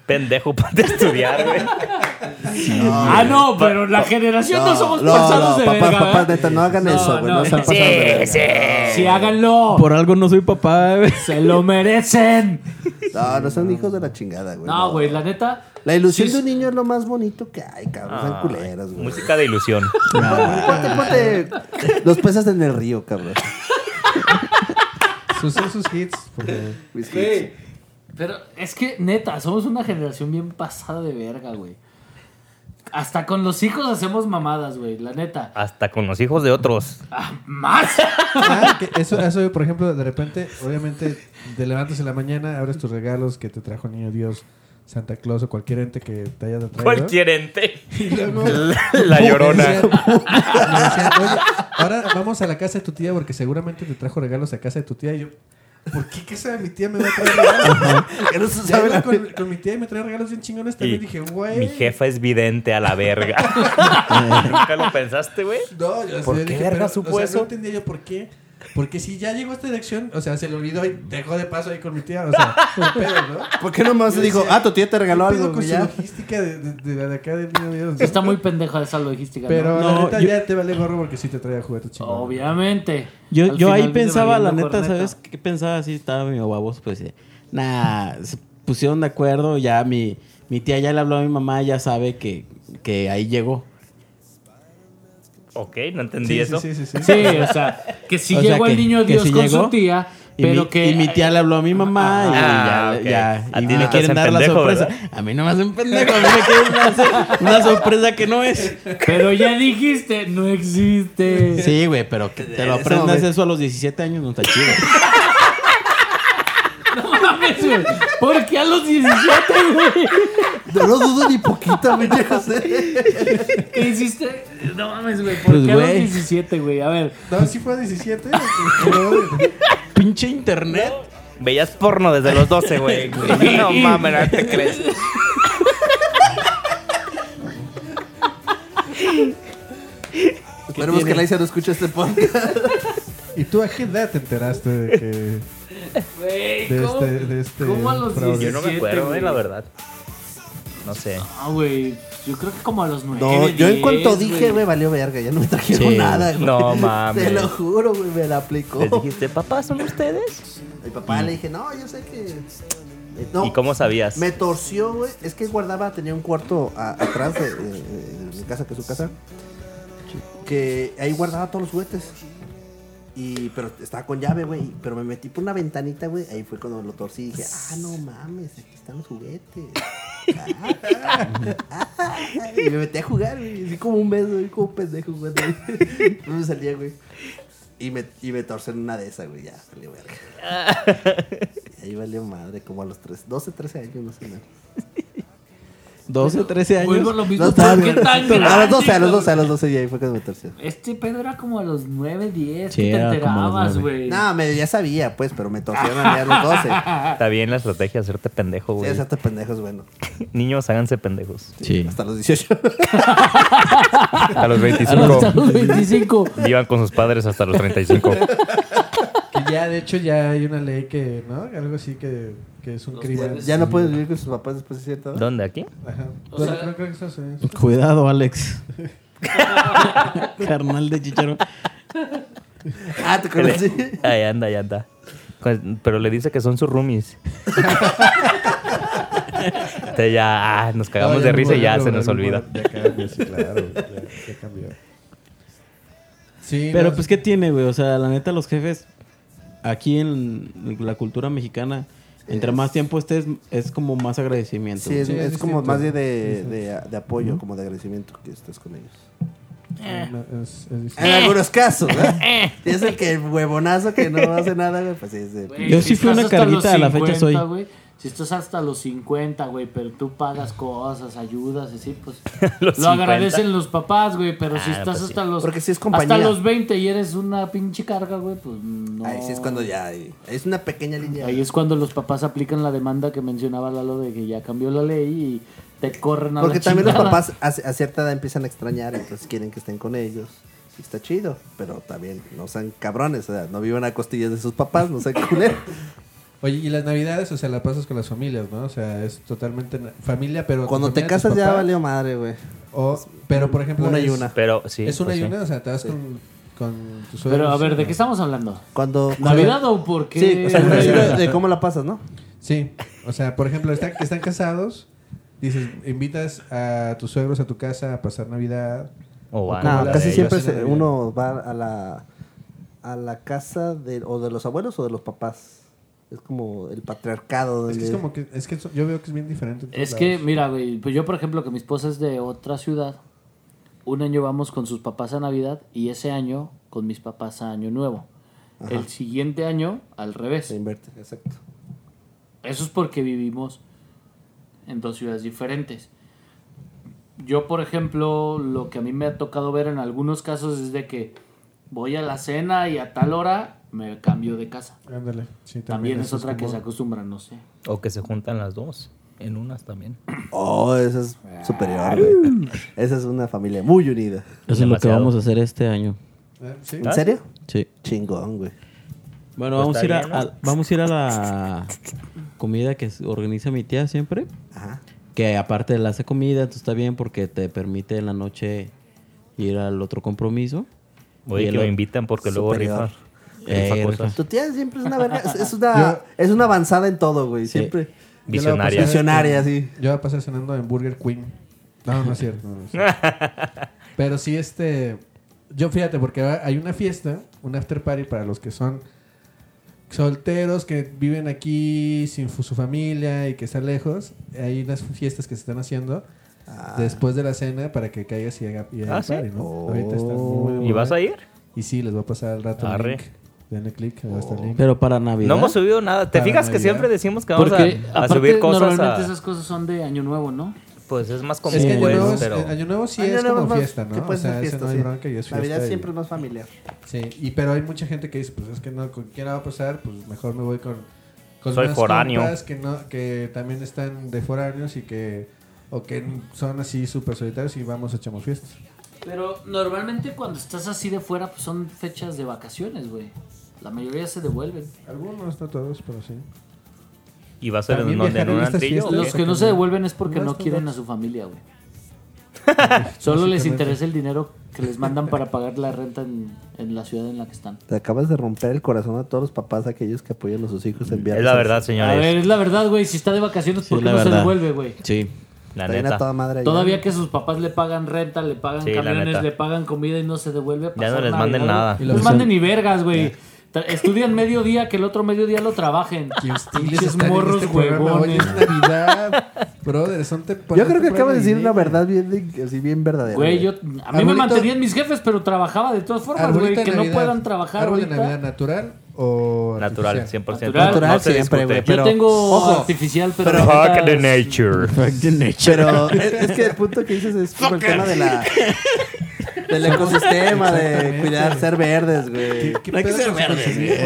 Speaker 2: pendejo para estudiar, güey.
Speaker 6: Ah, no, pero la generación no, somos pasados de
Speaker 7: papás,
Speaker 6: verga.
Speaker 7: papás,
Speaker 6: ¿verdad?
Speaker 7: neta, no hagan
Speaker 6: No,
Speaker 7: eso, güey. No,
Speaker 6: no,
Speaker 7: sean
Speaker 6: sí,
Speaker 7: pasados de verga.
Speaker 6: Sí, háganlo.
Speaker 4: Por algo no soy papá, güey.
Speaker 6: Se lo merecen.
Speaker 7: No, no son hijos de la chingada, güey.
Speaker 6: No, güey, la neta.
Speaker 7: La ilusión
Speaker 6: sí,
Speaker 7: de un niño es lo más bonito que hay, cabrón. Son
Speaker 2: Ay,
Speaker 7: culeras, güey.
Speaker 2: Música de ilusión.
Speaker 7: Ponte, ponte los pesas en el río, cabrón.
Speaker 5: Sus, son sus hits. porque-
Speaker 7: Mis hits.
Speaker 6: Güey, Pero es que, neta, somos una generación bien pasada de verga, güey. Hasta con los hijos hacemos mamadas, güey, la neta.
Speaker 2: Hasta con los hijos de otros.
Speaker 6: Ah, ¡Más!
Speaker 5: Ah, que eso, eso, por ejemplo, de repente, obviamente, te levantas en la mañana, abres tus regalos que te trajo Niño Dios, Santa Claus o cualquier ente que te haya traído.
Speaker 2: Cualquier ente.
Speaker 5: Y luego-
Speaker 2: La
Speaker 5: Me
Speaker 2: llorona.
Speaker 5: decían- me decían, "Oye, ahora vamos a la casa de tu tía porque seguramente te trajo regalos a casa de tu tía. Y yo, ¿por qué casa de mi tía me va a traer regalos?
Speaker 7: Que no se
Speaker 5: Ya
Speaker 7: sabe
Speaker 5: iba
Speaker 7: la-
Speaker 5: con, con mi tía y me trae regalos bien chingones.
Speaker 2: Y
Speaker 5: También dije, güey.
Speaker 2: mi jefa es vidente a la verga. ¿Nunca lo pensaste, güey?
Speaker 5: No, yo
Speaker 2: ¿Por
Speaker 5: yo
Speaker 2: qué verga
Speaker 5: pero,
Speaker 2: supo
Speaker 5: o sea,
Speaker 2: eso?
Speaker 5: No entendía yo por qué. Porque si ya llegó a esta dirección, o sea, se le olvidó y dejó de paso ahí con mi tía. O sea, qué pedo, ¿no?
Speaker 3: ¿Por qué nomás se dijo, ah, tu tía te regaló
Speaker 5: ¿Qué pedo
Speaker 3: algo?
Speaker 5: con
Speaker 3: güey,
Speaker 5: su
Speaker 3: ya?
Speaker 5: logística de, de, de, la de acá del niño Dios?
Speaker 6: Está muy pendeja esa logística. ¿no?
Speaker 5: Pero la
Speaker 4: No,
Speaker 5: neta
Speaker 4: yo-
Speaker 5: ya te vale gorro porque sí te traía juguetes chingados.
Speaker 6: Obviamente.
Speaker 4: Yo,
Speaker 6: Al
Speaker 4: yo ahí
Speaker 6: final viene
Speaker 4: pensaba, la
Speaker 6: valiendo
Speaker 4: neta,
Speaker 6: corneta.
Speaker 4: ¿sabes qué pensaba? Así estaba medio baboso, pues, eh, nah, se pusieron de acuerdo, ya mi, mi tía ya le habló a mi mamá, ya sabe que, que ahí llegó.
Speaker 2: Ok, no entendí
Speaker 5: Sí,
Speaker 2: eso.
Speaker 5: sí, sí, sí, sí.
Speaker 6: Sí, o sea, que si
Speaker 4: O sea,
Speaker 6: llegó
Speaker 4: que-
Speaker 6: el niño
Speaker 4: que
Speaker 6: Dios
Speaker 4: sí
Speaker 6: con
Speaker 4: llegó,
Speaker 6: su tía,
Speaker 4: Y,
Speaker 6: pero
Speaker 4: mi,
Speaker 6: que.
Speaker 4: y mi tía le habló a mi mamá y
Speaker 2: Ah,
Speaker 4: ya,
Speaker 2: ok.
Speaker 4: ya-
Speaker 2: A
Speaker 4: y
Speaker 2: ti
Speaker 4: me
Speaker 2: no te
Speaker 4: quieren
Speaker 2: hacen
Speaker 4: dar la
Speaker 2: pendejo,
Speaker 4: sorpresa.
Speaker 2: ¿verdad?
Speaker 4: A mí no me hacen pendejo, a mí me quieren hacer una sorpresa que no es.
Speaker 6: Pero ya dijiste, no existe.
Speaker 4: Sí, güey, pero que te lo
Speaker 3: Ese
Speaker 4: aprendas
Speaker 3: momento.
Speaker 4: eso a los 17 años no está chido.
Speaker 6: No mames, güey. ¿Por qué a los 17, güey?
Speaker 7: No lo dudo ni poquito, pinche José.
Speaker 6: ¿Qué hiciste? No mames, güey. ¿Por
Speaker 4: Pues,
Speaker 6: qué a los
Speaker 4: güey.
Speaker 6: 17, güey? A ver.
Speaker 5: No, sí fue a 17. pero-
Speaker 4: Pinche internet.
Speaker 2: Veías porno desde los 12, güey. no mames, no te crees.
Speaker 7: Esperemos que Laisa no escuche este podcast.
Speaker 5: ¿Y tú a qué edad te enteraste de que.?
Speaker 6: Güey,
Speaker 5: De
Speaker 6: ¿cómo,
Speaker 5: este- de este
Speaker 6: ¿cómo a los
Speaker 5: fraude?
Speaker 6: 17?
Speaker 2: Yo no me acuerdo,
Speaker 6: güey?
Speaker 2: eh, la verdad. No sé.
Speaker 6: Ah, güey. Yo creo que como a los 9.
Speaker 7: No, yo en cuanto dije, güey, valió verga, ya no me trajeron
Speaker 4: Sí.
Speaker 7: nada, güey.
Speaker 2: No mames.
Speaker 7: Te lo juro, güey, me la aplicó.
Speaker 2: Les dijiste, papá, ¿son ustedes?
Speaker 7: Mi papá le dije, no, yo sé que. Eh, No,
Speaker 2: ¿Y cómo sabías?
Speaker 7: Me torció, güey. Es que guardaba, tenía un cuarto a- atrás de, de- de mi casa, que es su casa. Que ahí guardaba todos los juguetes. Y, pero estaba con llave, güey. Pero me metí por una ventanita, güey. Ahí fue cuando lo torcí y dije, ah, no mames, aquí están los juguetes. Ah, ah, ah. y me metí a jugar, güey. Así como un mes, güey, como un pendejo jugando. güey. No me salía, güey. Y me, y me torcí en una de esas, güey. Ya, salió verga. Y ahí valió madre, como a los tres, 12, 13 años, no sé. nada.
Speaker 4: 12 o 13
Speaker 6: Vuelvo a
Speaker 4: años.
Speaker 6: lo mismo.
Speaker 7: No,
Speaker 6: ¿por
Speaker 7: estaba
Speaker 6: qué
Speaker 7: bien.
Speaker 6: tan
Speaker 7: a los 12, a
Speaker 6: grande,
Speaker 7: los 12, a los 12 y ahí fue cuando me torció.
Speaker 6: Este pedo era como a los 9, 10.
Speaker 4: Sí,
Speaker 6: que te
Speaker 4: era como a los
Speaker 6: enterabas,
Speaker 4: nueve.
Speaker 6: güey.
Speaker 7: No, me, ya sabía, pues, pero me torcieron a mí a los 12.
Speaker 2: Está bien la estrategia, hacerte pendejo,
Speaker 7: Sí,
Speaker 2: güey.
Speaker 7: hacerte pendejos, bueno.
Speaker 2: Niños, háganse pendejos.
Speaker 4: Sí.
Speaker 7: Hasta los 18.
Speaker 2: A los
Speaker 6: A los- hasta
Speaker 2: 25.
Speaker 6: los 25.
Speaker 2: Vivan con sus padres hasta los 35.
Speaker 5: Que ya, de hecho, ya hay una ley que, ¿no? Algo así que, que es un crimen.
Speaker 7: ya no puedes vivir con sus papás después de cierta edad.
Speaker 2: ¿Dónde? ¿Aquí?
Speaker 5: Ajá.
Speaker 6: O
Speaker 5: No,
Speaker 6: sea-
Speaker 5: no creo que eso sea.
Speaker 4: Cuidado, Alex. Carnal de chicharón.
Speaker 7: Ah, te conocí.
Speaker 2: Ahí anda, ahí anda. Con- Pero le dice que son sus roomies. Entonces ya ah, nos cagamos
Speaker 5: No,
Speaker 2: de risa y
Speaker 5: mudó,
Speaker 2: ya se
Speaker 5: mudó,
Speaker 2: nos
Speaker 5: mudó.
Speaker 2: olvida.
Speaker 5: Ya cambió, sí, claro. güey, Ya, ya cambió. Sí,
Speaker 4: Pero
Speaker 5: no,
Speaker 4: pues, ¿qué tiene, güey? O sea, la neta, los jefes, aquí en la cultura mexicana, entre más tiempo estés, es como más agradecimiento.
Speaker 7: Sí, es,
Speaker 5: Sí, es
Speaker 7: es como
Speaker 5: distinto.
Speaker 7: más bien de, de, de apoyo, como de agradecimiento que estés con ellos.
Speaker 6: Ah.
Speaker 5: no, es- es difícil.
Speaker 7: En algunos casos, ¿eh? Si es el que el huevonazo que no hace nada, güey, pues sí, es de...
Speaker 6: Güey,
Speaker 4: Yo sí fui
Speaker 6: estás
Speaker 4: una
Speaker 6: hasta
Speaker 4: carguita,
Speaker 6: los
Speaker 4: a la fecha soy.
Speaker 6: güey, si estás hasta los 50, güey, pero tú pagas cosas, ayudas, así, pues.
Speaker 2: Los
Speaker 6: lo
Speaker 2: 50.
Speaker 6: agradecen los papás, güey, pero si
Speaker 2: Ah,
Speaker 6: estás
Speaker 2: pues sí.
Speaker 6: hasta los.
Speaker 7: Porque si es compañía.
Speaker 6: Hasta los 20 y eres una pinche carga, güey, pues no.
Speaker 7: Ahí sí es cuando ya... ahí- ahí es una pequeña línea.
Speaker 6: Ahí es cuando los papás aplican la demanda que mencionaba Lalo de que ya cambió la ley y te corren a la
Speaker 7: Porque también los
Speaker 6: chingada.
Speaker 7: papás a, a cierta edad empiezan a extrañar, entonces quieren que estén con ellos. Y está chido, pero también no sean cabrones, o sea, no vivan a costillas de sus papás, no sean culeros.
Speaker 5: Oye, y las navidades, o sea, la pasas con las familias, ¿no? O sea, es totalmente na- familia, pero... con
Speaker 7: Cuando te
Speaker 5: familia de tus
Speaker 7: casas ya
Speaker 5: papás,
Speaker 7: valió madre, güey.
Speaker 5: O, pero, por ejemplo...
Speaker 7: Una y
Speaker 5: es-
Speaker 7: una.
Speaker 2: Pero sí.
Speaker 5: es una
Speaker 2: pues
Speaker 5: y
Speaker 2: sí.
Speaker 5: una, o sea, te vas con, con tus
Speaker 6: Pero a
Speaker 5: suegros,
Speaker 6: ver, ¿de
Speaker 5: ¿no?
Speaker 6: qué estamos hablando?
Speaker 7: Cuando...
Speaker 6: ¿Navidad o por qué?
Speaker 7: Sí, o sea, de, de cómo la pasas, ¿no?
Speaker 5: Sí, o sea, por ejemplo, están, están casados, dices, invitas a tus suegros a tu casa a pasar Navidad.
Speaker 2: O van
Speaker 5: No,
Speaker 2: a Ah, la
Speaker 7: No,
Speaker 2: de
Speaker 7: casi
Speaker 2: ellos.
Speaker 7: siempre
Speaker 5: ellos.
Speaker 7: se- uno va a la, a la casa de, o de los abuelos o de los papás. Es como el patriarcado.
Speaker 5: Es que es
Speaker 7: donde-
Speaker 5: como que, es que eso- yo veo que es bien diferente. en todos
Speaker 6: Es que,
Speaker 5: lados.
Speaker 6: mira, güey, pues yo, por ejemplo, que mi esposa es de otra ciudad, un año vamos con sus papás a Navidad y ese año con mis papás a Año Nuevo. El siguiente año, al revés.
Speaker 7: Se invierte, exacto.
Speaker 6: Eso es porque vivimos en dos ciudades diferentes. Yo, por ejemplo, lo que a mí me ha tocado ver en algunos casos es de que voy a la cena y a tal hora me cambio de casa.
Speaker 5: Ándale, sí,
Speaker 6: También, es
Speaker 5: eso
Speaker 6: otra que se
Speaker 5: como-
Speaker 6: acostumbra, no sé.
Speaker 2: O que se juntan las dos. En unas también.
Speaker 7: Oh, esa es superior, güey. Esa es una familia muy unida.
Speaker 4: Eso es lo que
Speaker 2: Demasiado.
Speaker 4: vamos a hacer este año.
Speaker 5: Eh, sí.
Speaker 2: ¿Ah?
Speaker 7: ¿En serio?
Speaker 4: Sí.
Speaker 7: Chingón, güey.
Speaker 4: Bueno,
Speaker 2: Pues
Speaker 4: vamos, a ir
Speaker 2: está
Speaker 4: a,
Speaker 2: bien, ¿no?
Speaker 4: a- vamos a ir a la comida que s- organiza mi tía siempre.
Speaker 7: Ajá.
Speaker 4: Que aparte de la hace comida, entonces está bien porque te permite en la noche ir al otro compromiso.
Speaker 2: Oye,
Speaker 4: Y
Speaker 2: que
Speaker 4: el
Speaker 2: lo
Speaker 4: otro-
Speaker 2: invitan porque luego
Speaker 7: superior.
Speaker 2: rifa.
Speaker 4: Eh,
Speaker 2: rifa
Speaker 4: rifa.
Speaker 2: cosas.
Speaker 7: Tu tía siempre es una verga. Es, es una, es una avanzada en todo, güey.
Speaker 4: Sí.
Speaker 7: Siempre.
Speaker 2: Visionaria.
Speaker 7: Visionaria, sí.
Speaker 5: Yo la pasé cenando en Burger Queen. No, no es cierto. no es cierto. Pero sí, este. Yo fíjate, porque va- hay una fiesta, un after party para los que son solteros, que viven aquí sin fu- su familia y que están lejos. Hay unas fiestas que se están haciendo después de la cena para que caigas y haga y haga
Speaker 2: Ah,
Speaker 5: el
Speaker 2: ¿sí?
Speaker 5: party, ¿no?
Speaker 7: Ah. Oh.
Speaker 5: Ahorita está muy, muy
Speaker 2: ¿Y vas a
Speaker 5: bueno.
Speaker 2: ir?
Speaker 5: Y sí, les voy a pasar al rato. El
Speaker 2: Arre.
Speaker 5: link. Denle click, ahí va a
Speaker 7: Oh.
Speaker 5: estar el link.
Speaker 4: Pero para Navidad.
Speaker 2: No hemos subido nada. ¿Te
Speaker 5: Para
Speaker 2: fijas que
Speaker 5: Navidad.
Speaker 2: siempre decimos que vamos a,
Speaker 6: Porque
Speaker 2: a
Speaker 6: aparte,
Speaker 2: subir cosas?
Speaker 6: normalmente
Speaker 2: a-
Speaker 6: esas cosas son de Año Nuevo, ¿no?
Speaker 2: Pues es más común,
Speaker 5: es que Año
Speaker 2: pues,
Speaker 5: Nuevo, es-
Speaker 2: pero...
Speaker 5: Año Nuevo sí
Speaker 7: Año
Speaker 5: es
Speaker 7: Nuevo
Speaker 5: como
Speaker 7: más-
Speaker 5: fiesta, ¿no?
Speaker 7: que
Speaker 5: O
Speaker 7: puede ser
Speaker 5: sea, eso
Speaker 7: fiesta,
Speaker 5: no hay
Speaker 7: sí.
Speaker 5: bronca y es fiesta.
Speaker 7: Navidad
Speaker 5: y-
Speaker 7: siempre es más familiar.
Speaker 5: Sí, y pero hay mucha gente que dice, pues es que no, ¿con quién la va a pasar? Pues mejor me voy con, con
Speaker 2: Soy
Speaker 5: unas
Speaker 2: foráneo.
Speaker 5: compas que no, que también están de foráneos y que o que son así súper solitarios y vamos echamos fiestas.
Speaker 6: Pero normalmente cuando estás así de fuera, pues son fechas de vacaciones, güey. La mayoría se devuelven.
Speaker 5: Algunos, no todos, pero sí.
Speaker 2: ¿Y va a ser en
Speaker 5: También
Speaker 2: donde? ¿En
Speaker 5: viajar en
Speaker 2: un
Speaker 5: estas
Speaker 2: antrillo? o
Speaker 5: fiestas.
Speaker 6: Los
Speaker 2: qué?
Speaker 6: que no se devuelven es porque
Speaker 5: No,
Speaker 6: no
Speaker 5: esto
Speaker 6: quieren
Speaker 5: no.
Speaker 6: a su familia, güey. Solo les interesa el dinero que les mandan para pagar la renta en, en la ciudad en la que están.
Speaker 7: Te acabas de romper el corazón a todos los papás, aquellos que apoyan a sus hijos en viajes.
Speaker 2: Es la verdad,
Speaker 6: A ver,
Speaker 2: señores.
Speaker 6: es la verdad, güey. Si está de vacaciones,
Speaker 4: Sí,
Speaker 6: ¿por qué
Speaker 4: la
Speaker 6: no se
Speaker 4: verdad.
Speaker 6: devuelve, güey?
Speaker 4: Sí.
Speaker 2: La
Speaker 7: Traen a
Speaker 2: neta.
Speaker 7: toda madre allá.
Speaker 6: Todavía que sus papás le pagan renta, le pagan
Speaker 2: Sí, la neta.
Speaker 6: camiones, le pagan comida y no se devuelve. a
Speaker 2: Ya no
Speaker 6: pasar
Speaker 2: les manden
Speaker 6: Navidad,
Speaker 2: nada.
Speaker 6: güey.
Speaker 5: Y
Speaker 6: No
Speaker 5: lo
Speaker 6: les
Speaker 5: que
Speaker 6: manden ni vergas, güey. Tra- Estudian mediodía, que el otro mediodía lo trabajen.
Speaker 5: Y ustedes
Speaker 6: Pinches
Speaker 5: están
Speaker 6: morros
Speaker 5: en este programa, oye,
Speaker 6: huevones.
Speaker 5: es Navidad, brother, son
Speaker 7: Yo creo que acabas de decir una verdad bien, así bien verdadera.
Speaker 6: Güey, yo, a mí me
Speaker 5: Arbolito-
Speaker 6: mantenían mis jefes, pero trabajaba de todas formas, güey. Que no puedan trabajar
Speaker 5: ¿Árbol
Speaker 6: ahorita.
Speaker 5: de Navidad natural o
Speaker 2: Natural,
Speaker 5: artificial?
Speaker 2: 100%.
Speaker 6: Natural,
Speaker 2: No
Speaker 7: natural
Speaker 2: se
Speaker 7: siempre,
Speaker 2: discute.
Speaker 7: güey,
Speaker 6: Yo
Speaker 7: pero-
Speaker 6: tengo
Speaker 7: ojo,
Speaker 6: artificial, pero. ahorita-
Speaker 2: Fuck the nature.
Speaker 7: Pero es, es que el punto que dices es como el tema de la, del ecosistema, de
Speaker 5: Exactamente.
Speaker 7: cuidar, ser verdes, güey.
Speaker 5: ¿Qué pedo con su consumismo?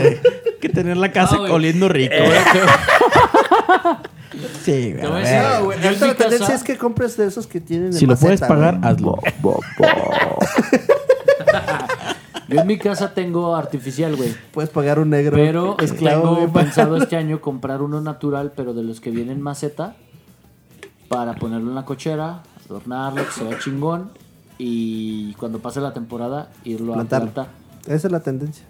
Speaker 4: que tener la casa
Speaker 6: Ah, güey.
Speaker 4: oliendo rico. ¿eh? sí,
Speaker 6: Te
Speaker 4: güey.
Speaker 6: voy a
Speaker 4: a
Speaker 6: decir,
Speaker 4: ver.
Speaker 7: No, güey.
Speaker 6: yo en
Speaker 7: ahorita
Speaker 6: mi
Speaker 7: La tendencia
Speaker 6: casa-
Speaker 7: es que compres de esos que tienen.
Speaker 4: Si
Speaker 7: en
Speaker 4: lo puedes
Speaker 7: maceta,
Speaker 4: pagar,
Speaker 7: güey.
Speaker 4: hazlo.
Speaker 6: Yo en mi casa tengo artificial, güey.
Speaker 7: Puedes pagar un negro.
Speaker 6: Pero
Speaker 7: esclavo.
Speaker 6: tengo
Speaker 7: güey,
Speaker 6: pensado este año comprar uno natural, pero de los que vienen maceta, para ponerlo en la cochera, adornarlo, que se vea chingón. Y cuando pase la temporada, irlo
Speaker 7: Plantarlo.
Speaker 6: a plantar.
Speaker 7: Esa es la tendencia.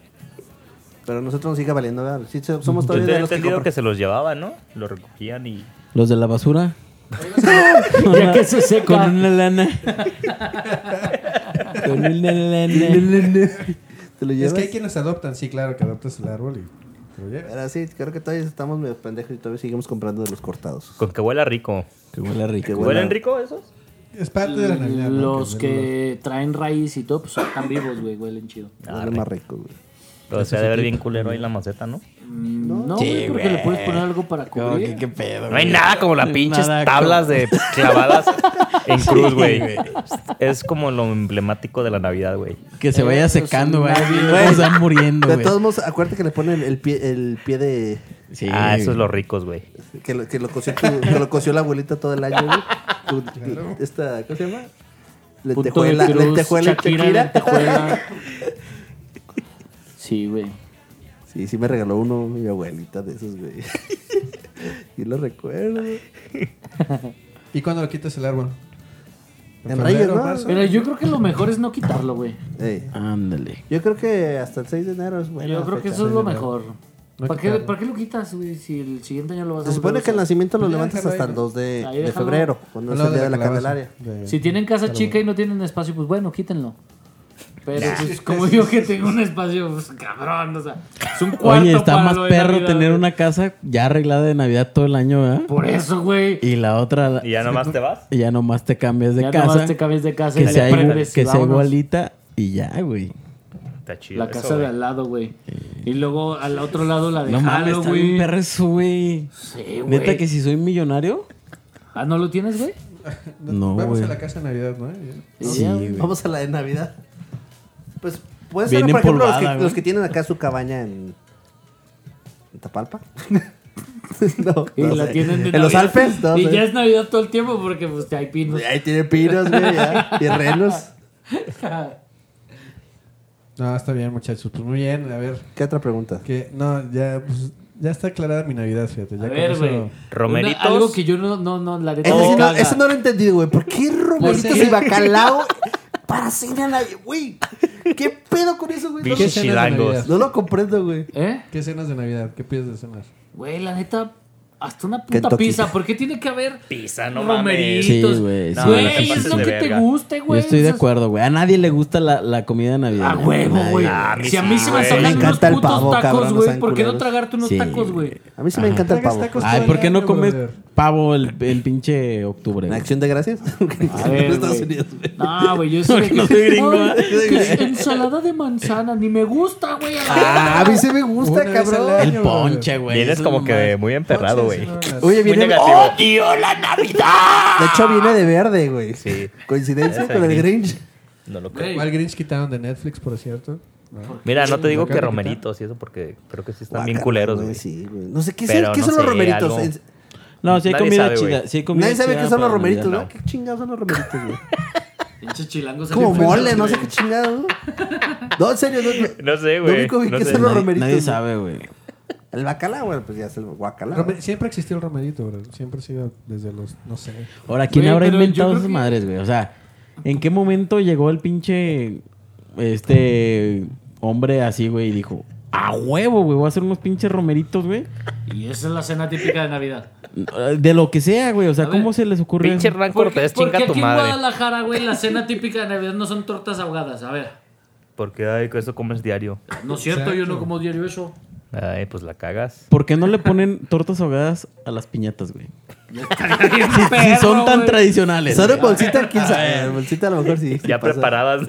Speaker 7: Pero a nosotros nos sigue valiendo verga. Sí, so- somos
Speaker 2: Yo
Speaker 7: todavía
Speaker 2: tenía
Speaker 7: de los que
Speaker 2: entendido que,
Speaker 7: compran.
Speaker 2: se los llevaban, ¿no? Los recogían y...
Speaker 4: Los de la basura.
Speaker 6: ya que se seca.
Speaker 4: Con una lana. Con una lana.
Speaker 7: ¿Te lo
Speaker 5: Es
Speaker 7: llevas?
Speaker 5: que hay quienes adoptan, sí, claro, que adoptas el árbol y te lo llevas.
Speaker 7: Pero sí, creo que todavía estamos medio pendejos y todavía seguimos comprando de los cortados.
Speaker 2: Con que huela rico.
Speaker 4: Que huele rico.
Speaker 7: Huela-
Speaker 2: ¿Huelen rico esos?
Speaker 5: Es parte de la Navidad. ¿no?
Speaker 6: Los
Speaker 5: es
Speaker 6: que traen raíz y todo, pues están vivos, güey, huelen chido.
Speaker 7: Huele más rico, güey.
Speaker 2: Pero se ha de ver bien culero ahí la maceta, ¿no?
Speaker 6: Mm, No, güey, porque le puedes poner algo para
Speaker 4: Como que
Speaker 6: cubrir.
Speaker 4: qué pedo.
Speaker 2: No hay
Speaker 4: güey.
Speaker 2: nada como las pinches
Speaker 4: Nada
Speaker 2: tablas
Speaker 4: como-
Speaker 2: de clavadas en cruz, güey. Es como lo emblemático de la Navidad, güey.
Speaker 4: Que se vaya
Speaker 6: Eso es
Speaker 4: secando, güey.
Speaker 6: nadie,
Speaker 4: Cómo se van muriendo,
Speaker 7: De
Speaker 4: güey.
Speaker 7: todos modos, acuérdate que le ponen el pie, el pie de.
Speaker 4: Sí.
Speaker 2: Ah, esos los ricos, güey.
Speaker 7: Que lo, que lo, coció, tu- que lo coció la abuelita todo el año, güey. Tu- tu- Esta, ¿Cómo se llama?
Speaker 6: Punto de
Speaker 7: Lentejuela.
Speaker 6: cruz,
Speaker 7: lentejuela y
Speaker 6: Shakira,
Speaker 7: Shakira.
Speaker 6: lentejuela. Sí, güey.
Speaker 7: Sí, sí me regaló uno mi abuelita de esos, güey. y lo recuerdo.
Speaker 5: ¿Y cuándo lo quitas el árbol?
Speaker 7: En Reyes,
Speaker 5: febrero,
Speaker 7: ¿no?
Speaker 5: marzo?
Speaker 6: Pero yo creo que lo mejor es no quitarlo, güey.
Speaker 7: Ey,
Speaker 4: Ándale.
Speaker 7: Yo creo que hasta el 6 de enero es bueno.
Speaker 6: Yo creo que eso es lo mejor.
Speaker 5: No
Speaker 6: ¿Para qué,
Speaker 5: quitarlo.
Speaker 6: ¿Para qué lo quitas, güey? Si el siguiente año lo vas a
Speaker 7: Se supone
Speaker 6: volver
Speaker 7: que
Speaker 6: a
Speaker 7: el
Speaker 6: usar.
Speaker 7: nacimiento lo
Speaker 5: Ya,
Speaker 7: levantas
Speaker 5: déjalo ahí,
Speaker 7: hasta el
Speaker 5: ¿no?
Speaker 7: 2 de,
Speaker 6: Ahí
Speaker 7: de
Speaker 6: déjalo.
Speaker 7: febrero, cuando
Speaker 5: Al
Speaker 7: es
Speaker 5: lado
Speaker 7: el día de la,
Speaker 5: calabaza.
Speaker 7: Candelaria.
Speaker 5: De-
Speaker 6: Si tienen casa chica y no tienen espacio, pues bueno, quítenlo. Pero pues, como yo que tengo un espacio, pues cabrón, o sea, es un cuarto
Speaker 4: Oye, está
Speaker 6: para
Speaker 4: más
Speaker 6: lo de
Speaker 4: perro
Speaker 6: Navidad,
Speaker 4: tener
Speaker 6: güey.
Speaker 4: una casa ya arreglada de Navidad todo el año, ¿verdad?
Speaker 6: Por eso, güey.
Speaker 4: Y la otra,
Speaker 2: ¿Y ya nomás te vas?
Speaker 4: ya nomás te cambias de
Speaker 6: Ya nomás
Speaker 4: casa.
Speaker 6: te cambias de casa y
Speaker 4: que
Speaker 6: le
Speaker 4: sea, igual-
Speaker 6: prendes y
Speaker 4: que sea
Speaker 6: vámonos.
Speaker 4: igualita y ya, güey.
Speaker 2: Está chido.
Speaker 6: La
Speaker 2: eso,
Speaker 6: casa
Speaker 2: güey.
Speaker 6: de al lado, güey. Y luego al otro lado la de
Speaker 4: No mames, está bien
Speaker 6: güey.
Speaker 4: perro eso, güey.
Speaker 6: Sí, güey.
Speaker 4: Neta que si soy millonario.
Speaker 6: Ah, ¿no lo tienes, güey?
Speaker 4: No,
Speaker 5: Vamos
Speaker 4: güey.
Speaker 5: a la casa de Navidad, ¿no? Y-
Speaker 4: Sí, güey.
Speaker 7: Vamos a la de Navidad. Pues puede ser,
Speaker 4: Bien
Speaker 7: por ejemplo, los
Speaker 4: empolvada,
Speaker 7: que,
Speaker 4: güey.
Speaker 7: los que tienen acá su cabaña en, en Tapalpa. no,
Speaker 6: Y
Speaker 7: no
Speaker 6: la
Speaker 7: sé.
Speaker 6: tienen de
Speaker 7: en los
Speaker 6: Navidad.
Speaker 7: Alpes. No
Speaker 6: y
Speaker 7: sé.
Speaker 6: ya es Navidad todo el tiempo porque pues hay pinos.
Speaker 7: Ahí tiene pinos, güey, ya, y renos.
Speaker 5: No, está bien, muchachos. Pues muy bien, a ver.
Speaker 7: ¿Qué otra pregunta?
Speaker 5: Que, no, ya, pues, ya está aclarada mi Navidad, fíjate. Ya
Speaker 6: A
Speaker 5: con
Speaker 6: ver,
Speaker 5: eso-
Speaker 6: güey.
Speaker 2: Romeritos.
Speaker 6: Una- algo que yo no, no, no, la neta
Speaker 7: Ese
Speaker 6: me
Speaker 7: sí no,
Speaker 6: caga.
Speaker 7: ese no lo he entendido, güey. ¿Por qué romeritos
Speaker 5: qué?
Speaker 7: y bacalao para cena nadie? Güey, ¿qué pedo con eso, güey? No
Speaker 5: ¿Qué
Speaker 2: Pinches
Speaker 5: cenas de Navidad?
Speaker 2: chilangos.
Speaker 7: lo- No lo comprendo, güey.
Speaker 6: ¿Eh?
Speaker 5: ¿Qué cenas de Navidad? ¿Qué pides de cenar?
Speaker 6: Güey, la neta, hasta una puta
Speaker 7: Kentucky.
Speaker 6: pizza. ¿Por qué tiene que haber
Speaker 2: Pizza, no
Speaker 6: romeritos?
Speaker 2: mames.
Speaker 4: Sí, güey, sí.
Speaker 6: Güey,
Speaker 4: No, no te
Speaker 6: es
Speaker 2: pases
Speaker 6: lo
Speaker 2: de
Speaker 6: que te
Speaker 2: verga.
Speaker 6: guste,
Speaker 4: Yo
Speaker 6: güey.
Speaker 4: estoy de
Speaker 6: Esas-
Speaker 4: acuerdo, güey. A nadie le gusta la, la comida navideña.
Speaker 6: A huevo,
Speaker 4: Nadie.
Speaker 6: güey.
Speaker 2: Ah, a mí
Speaker 6: si a
Speaker 2: sí,
Speaker 6: mí se me
Speaker 2: güey.
Speaker 6: antojan
Speaker 7: Me
Speaker 6: unos
Speaker 7: encanta el
Speaker 6: putos
Speaker 7: pavo,
Speaker 6: tacos,
Speaker 7: cabrón, no
Speaker 6: güey,
Speaker 7: sean
Speaker 6: ¿por qué no
Speaker 7: culeros.
Speaker 6: tragarte unos
Speaker 4: Sí.
Speaker 6: tacos, güey?
Speaker 7: A mí sí me encanta el
Speaker 5: Tragas
Speaker 7: pavo.
Speaker 5: tacos
Speaker 4: Ay,
Speaker 5: todo
Speaker 4: ¿por
Speaker 5: el
Speaker 4: qué no
Speaker 5: año,
Speaker 4: comes
Speaker 5: brother.
Speaker 4: pavo el, el pinche octubre?
Speaker 7: ¿En
Speaker 4: güey?
Speaker 7: acción de gracias?
Speaker 6: A ver, güey. No, güey, yo soy
Speaker 4: No soy gringo,
Speaker 6: Ay,
Speaker 7: ¿eh?
Speaker 6: que Ensalada de manzana, ni me gusta, güey. a la
Speaker 7: Ah, a mí sí me
Speaker 5: Una
Speaker 7: gusta,
Speaker 5: vez al
Speaker 7: cabrón.
Speaker 5: año,
Speaker 4: El
Speaker 5: brother.
Speaker 4: ponche, güey.
Speaker 2: Vienes
Speaker 4: Eso
Speaker 2: como
Speaker 4: es
Speaker 2: que
Speaker 4: nomás.
Speaker 2: muy emperrado,
Speaker 5: Ponches,
Speaker 2: güey.
Speaker 5: no, las-
Speaker 7: Oye,
Speaker 2: Muy
Speaker 7: viene.
Speaker 2: negativo.
Speaker 7: ¡Oh, tío, la Navidad! De hecho, viene de verde, güey.
Speaker 2: Sí.
Speaker 7: Coincidencia
Speaker 2: Esa
Speaker 7: con el
Speaker 2: Grinch.
Speaker 7: Grinch.
Speaker 2: No lo creo.
Speaker 6: Güey,
Speaker 5: ¿Cuál Grinch quitaron de Netflix, por cierto?
Speaker 2: Mira, no te digo
Speaker 5: Acá
Speaker 2: que
Speaker 5: te
Speaker 2: romeritos y eso porque creo que sí están bien
Speaker 7: Guácala,
Speaker 2: culeros, güey.
Speaker 7: Sí, güey. No sé qué, es
Speaker 2: Pero
Speaker 7: el- qué
Speaker 2: no
Speaker 7: son
Speaker 2: sé,
Speaker 7: los romeritos.
Speaker 2: algo-
Speaker 7: Es-
Speaker 4: No, si hay
Speaker 2: Nadie
Speaker 4: comida
Speaker 2: sabe, güey.
Speaker 4: chida. sí hay comida
Speaker 7: Nadie sabe
Speaker 4: chida
Speaker 7: qué son los
Speaker 4: para
Speaker 7: romeritos,
Speaker 4: Navidad.
Speaker 7: ¿no? ¿Qué chingados son los romeritos, güey?
Speaker 6: Pinches chilangos.
Speaker 7: Como
Speaker 6: hacen
Speaker 7: mole,
Speaker 6: cosas,
Speaker 7: no
Speaker 6: güey.
Speaker 7: sé qué chingados. ¿no? No, en serio, no.
Speaker 2: No sé,
Speaker 7: No
Speaker 2: güey.
Speaker 7: ubico bien
Speaker 2: no
Speaker 7: qué
Speaker 2: sé.
Speaker 7: son los
Speaker 4: Nadie-
Speaker 7: romeritos,
Speaker 4: Nadie
Speaker 7: güey.
Speaker 4: sabe, güey.
Speaker 7: El bacalao, bueno, pues ya es el guacalao.
Speaker 5: Rome- siempre existió el romerito, bro. Siempre ha sido desde los, no sé.
Speaker 4: Ahora, ¿quién
Speaker 6: Güey,
Speaker 4: habrá
Speaker 6: pero yo
Speaker 4: inventado
Speaker 6: creo
Speaker 4: esas
Speaker 6: que-
Speaker 4: madres, güey? O sea, ¿en qué momento llegó el pinche este hombre así, güey, y dijo, a huevo, güey, voy a hacer unos pinches romeritos, güey?
Speaker 6: Y esa es la cena típica de Navidad.
Speaker 4: De lo que sea, güey. O sea,
Speaker 6: A
Speaker 4: ¿cómo
Speaker 6: ver,
Speaker 4: se les ocurre?
Speaker 2: Pinche
Speaker 4: eso?
Speaker 2: Hernán
Speaker 6: Porque,
Speaker 2: Cortés, chinga
Speaker 6: porque
Speaker 2: tu
Speaker 6: aquí en
Speaker 2: madre.
Speaker 6: Guadalajara, güey, la cena típica de Navidad no son tortas ahogadas. A ver,
Speaker 2: Porque, ay, que eso comes diario.
Speaker 6: no es cierto, yo no como diario eso.
Speaker 2: Ay, pues la cagas.
Speaker 4: ¿Por qué no le ponen tortas ahogadas a las piñatas, güey?
Speaker 6: si,
Speaker 4: si son tan tradicionales.
Speaker 7: Son
Speaker 4: güey.
Speaker 7: en bolsita, quién sabe.
Speaker 5: Ah, eh.
Speaker 7: En bolsita a lo mejor sí. sí
Speaker 2: Ya
Speaker 7: pasa.
Speaker 2: preparadas.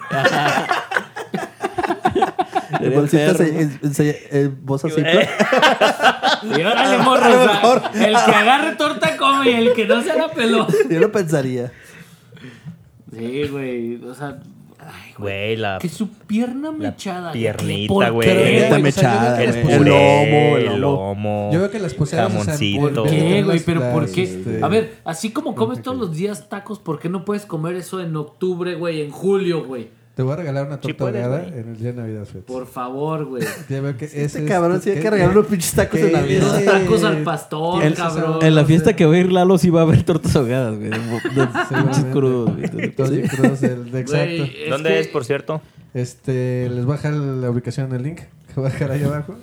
Speaker 7: En bolsita, se, en, en, se- eh, en bolsa ciclo.
Speaker 2: Eh.
Speaker 6: Y órale, morro, o sea, el que agarre torta come y el que no se la peló.
Speaker 7: Yo lo pensaría.
Speaker 6: Sí, güey, o sea, ay, güey.
Speaker 2: Güey, la.
Speaker 6: Que su pierna mechada. güey, qué
Speaker 2: piernita,
Speaker 6: porquería,
Speaker 2: Eh, güey.
Speaker 7: Está
Speaker 5: o sea, yo
Speaker 7: mechada,
Speaker 5: creo que
Speaker 7: güey.
Speaker 5: les
Speaker 7: El
Speaker 2: puré,
Speaker 7: lomo, el
Speaker 2: el
Speaker 7: lomo.
Speaker 2: lomo.
Speaker 5: Yo veo que las posadas se
Speaker 2: Jamoncito.
Speaker 5: hacen por-
Speaker 6: ¿Qué,
Speaker 5: Las-
Speaker 6: güey? Pero
Speaker 5: las,
Speaker 6: ¿por qué?
Speaker 5: este-
Speaker 6: A ver, así como comes todos los días tacos, ¿por qué no puedes comer eso en octubre, güey? En julio, güey.
Speaker 5: Te voy a regalar una torta
Speaker 2: puedes,
Speaker 5: ahogada
Speaker 2: güey.
Speaker 5: en el día de Navidad, fíjate.
Speaker 6: Por favor, güey.
Speaker 5: Ya veo que ese
Speaker 7: Este
Speaker 5: es-
Speaker 7: cabrón sí hay que regalar unos pinches tacos
Speaker 5: que-
Speaker 7: en Navidad.
Speaker 5: Sí.
Speaker 6: Tacos al pastor,
Speaker 5: El-
Speaker 6: cabrón.
Speaker 4: En la fiesta que va a ir Lalo sí va a haber tortas ahogadas, güey. De, de pinches
Speaker 5: Seguramente.
Speaker 4: crudos, güey.
Speaker 5: Todos bien crudos del- de
Speaker 6: Güey,
Speaker 5: exacto.
Speaker 2: ¿Dónde
Speaker 6: que-
Speaker 2: es, por cierto?
Speaker 5: Este, les voy a dejar la ubicación del link que voy a dejar ahí abajo.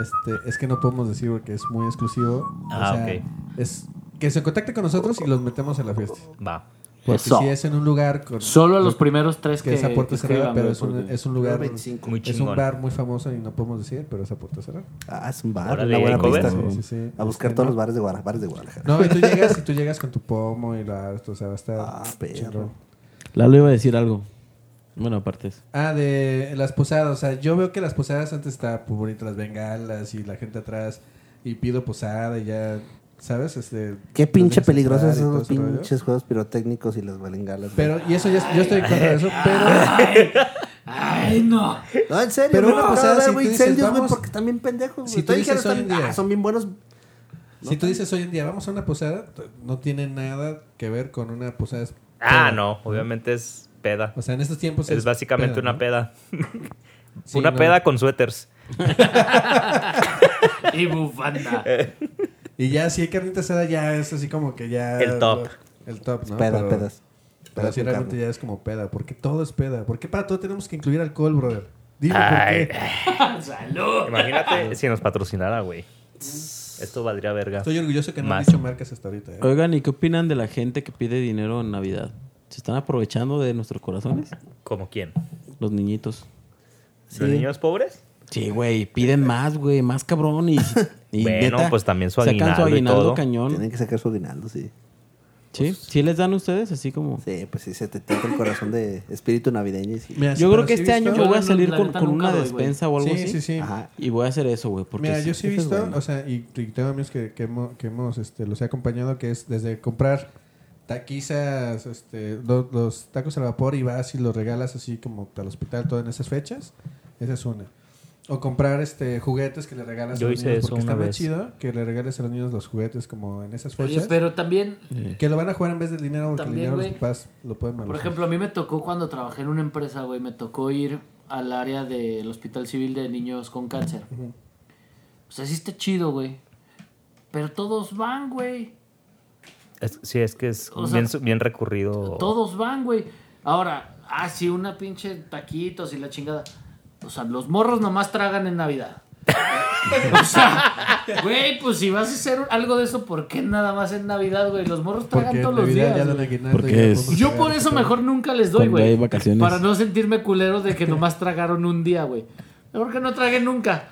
Speaker 5: Este, es que no podemos decir porque es muy exclusivo. O
Speaker 2: Ah,
Speaker 5: sea,
Speaker 2: ok.
Speaker 5: Es que se contacte con nosotros y los metemos a la fiesta.
Speaker 2: Va.
Speaker 5: Porque
Speaker 6: Eso.
Speaker 5: si es en un lugar con,
Speaker 6: Solo a los primeros tres que.
Speaker 5: que es a puerta cerrada,
Speaker 6: escriban,
Speaker 5: pero
Speaker 6: güey,
Speaker 5: es un,
Speaker 6: porque-
Speaker 5: es un lugar,
Speaker 2: Muy
Speaker 5: es un
Speaker 2: chingón.
Speaker 5: bar muy famoso y no podemos decir, pero es a puerta cerrada.
Speaker 7: Ah, es un bar.
Speaker 2: Órale,
Speaker 7: Una buena
Speaker 2: ¿hay cover?
Speaker 7: pista.
Speaker 5: Sí,
Speaker 7: güey.
Speaker 5: sí, sí.
Speaker 7: A buscar todos los bares de Guadalajara. Bares de Guadalajara.
Speaker 5: No, y tú llegas, y tú llegas con tu pomo y la, o sea, va a estar
Speaker 7: Ah, perro.
Speaker 5: chingón.
Speaker 4: Lalo iba a decir algo. Bueno, aparte eso.
Speaker 5: Ah, de las posadas. O sea, yo veo que las posadas antes estaba pues, bonito, las bengalas y la gente atrás. Y pido posada y ya, ¿sabes? Este,
Speaker 7: Qué
Speaker 5: los
Speaker 7: pinche
Speaker 5: dejas
Speaker 7: peligrosos
Speaker 5: entrar y
Speaker 7: son
Speaker 5: todo
Speaker 7: los
Speaker 5: ese rollo.
Speaker 7: pinches juegos pirotécnicos y las balengalas.
Speaker 5: Pero, y eso ya, yo estoy en contra de eso, pero...
Speaker 6: Ay, no.
Speaker 7: No, en serio,
Speaker 5: Pero
Speaker 7: pero
Speaker 5: una
Speaker 7: no
Speaker 5: posada,
Speaker 7: posada,
Speaker 5: si
Speaker 7: dar
Speaker 5: tú
Speaker 7: güey,
Speaker 5: dices,
Speaker 7: incendios, güey,
Speaker 5: vamos-
Speaker 7: porque están bien pendejos.
Speaker 5: si
Speaker 7: güey.
Speaker 5: tú
Speaker 7: Todavía
Speaker 5: dices
Speaker 7: dijeron,
Speaker 5: hoy en
Speaker 7: están-
Speaker 5: día-
Speaker 7: ah, son bien buenos.
Speaker 5: Si tú dices hoy en día, vamos a una posada, t- no tiene nada que ver con una posada.
Speaker 2: Ah,
Speaker 5: peda.
Speaker 2: no. Obviamente es peda.
Speaker 5: O sea, en estos tiempos
Speaker 2: Es básicamente
Speaker 5: peda,
Speaker 2: una
Speaker 5: ¿no?
Speaker 2: peda.
Speaker 5: Sí,
Speaker 2: Una
Speaker 5: no.
Speaker 2: peda con suéteres.
Speaker 6: Y bufanda.
Speaker 5: Y ya, si hay carnita asada, ya es así como que ya...
Speaker 2: El top.
Speaker 5: El top, ¿no?
Speaker 7: Pedas,
Speaker 5: Pero-
Speaker 7: pedas.
Speaker 5: Pero
Speaker 7: Pedas
Speaker 5: si
Speaker 7: con
Speaker 5: realmente
Speaker 7: carne.
Speaker 5: ya es como peda. Porque todo es peda. ¿Por qué para todo tenemos que incluir alcohol, brother? Dime
Speaker 2: Ay.
Speaker 5: por qué.
Speaker 6: Salud.
Speaker 2: Imagínate si nos patrocinara, güey. Esto valdría verga.
Speaker 5: Estoy orgulloso que no han
Speaker 2: Más.
Speaker 5: dicho marcas hasta ahorita. ¿eh?
Speaker 4: Oigan, ¿y qué opinan de la gente que pide dinero en Navidad? ¿Se están aprovechando de nuestros corazones?
Speaker 2: ¿Como quién?
Speaker 4: Los niñitos.
Speaker 2: ¿Los niños pobres?
Speaker 4: Sí, güey, piden más, güey, más cabrón y... y
Speaker 2: Bueno,
Speaker 4: neta,
Speaker 2: pues también su
Speaker 4: Sacan su
Speaker 2: aguinaldo y
Speaker 4: aguinaldo
Speaker 2: todo.
Speaker 4: cañón.
Speaker 7: Tienen que sacar su aguinaldo, sí.
Speaker 4: Sí, sí les dan ustedes así como...
Speaker 7: Sí, pues sí, se te tienta el corazón de espíritu navideño. y sí.
Speaker 5: Mira,
Speaker 4: Yo
Speaker 5: pero
Speaker 4: creo que
Speaker 5: sí he
Speaker 4: este año
Speaker 5: visto-
Speaker 4: yo voy a
Speaker 6: Yo,
Speaker 4: salir
Speaker 6: la
Speaker 4: con,
Speaker 6: neta,
Speaker 4: con
Speaker 6: nunca
Speaker 4: una
Speaker 6: doy, güey.
Speaker 4: despensa o algo
Speaker 5: Sí,
Speaker 4: así.
Speaker 5: sí, sí.
Speaker 7: Ajá.
Speaker 4: Y voy a hacer eso, güey, porque...
Speaker 5: Mira,
Speaker 4: sí-
Speaker 5: yo sí he
Speaker 7: eso es
Speaker 5: visto,
Speaker 7: bueno.
Speaker 5: o sea, y, y tengo amigos que, que hemos, que hemos, este, los he acompañado, que es desde comprar taquizas, este, lo- los tacos al vapor y vas y los regalas así como al hospital, todo en esas fechas. Esa es una. O comprar este juguetes que le regalas
Speaker 2: Yo
Speaker 5: a los
Speaker 2: hice
Speaker 5: niños.
Speaker 2: eso
Speaker 5: porque está
Speaker 2: una
Speaker 5: muy
Speaker 2: vez.
Speaker 5: chido que le regales a los niños los juguetes como en esas
Speaker 6: Oye,
Speaker 5: fechas.
Speaker 6: pero también,
Speaker 5: Que lo van a jugar en vez del dinero porque
Speaker 6: También,
Speaker 5: el dinero
Speaker 6: güey.
Speaker 5: los papás lo pueden
Speaker 6: por
Speaker 5: manejar.
Speaker 6: ejemplo, a mí me tocó cuando trabajé en una empresa, güey, me tocó ir al área del Hospital Civil de Niños con Cáncer. O sea, sí está chido, güey. Pero todos van, güey.
Speaker 2: Es- sí, es que es
Speaker 6: O sea,
Speaker 2: bien, su- bien
Speaker 5: Oh.
Speaker 2: recurrido.
Speaker 6: Todos van, güey. Ahora, ah, sí, una pinche taquitos y la chingada. O sea, los morros nomás tragan en Navidad. o sea, güey, pues si vas a hacer algo de eso, ¿por qué nada más en Navidad, güey? Los morros tragan
Speaker 5: porque
Speaker 6: todos
Speaker 5: en Navidad
Speaker 6: los días.
Speaker 5: ya dan
Speaker 6: güey.
Speaker 5: aguinaldo y
Speaker 4: Porque
Speaker 5: ya
Speaker 4: es-
Speaker 5: podemos
Speaker 6: Yo
Speaker 5: pagar
Speaker 6: por
Speaker 5: y
Speaker 6: eso
Speaker 5: todo.
Speaker 6: mejor nunca les doy,
Speaker 4: Cuando hay
Speaker 6: güey.
Speaker 4: vacaciones.
Speaker 6: Para no sentirme culero de que nomás tragaron un día, güey. Mejor que no traguen nunca.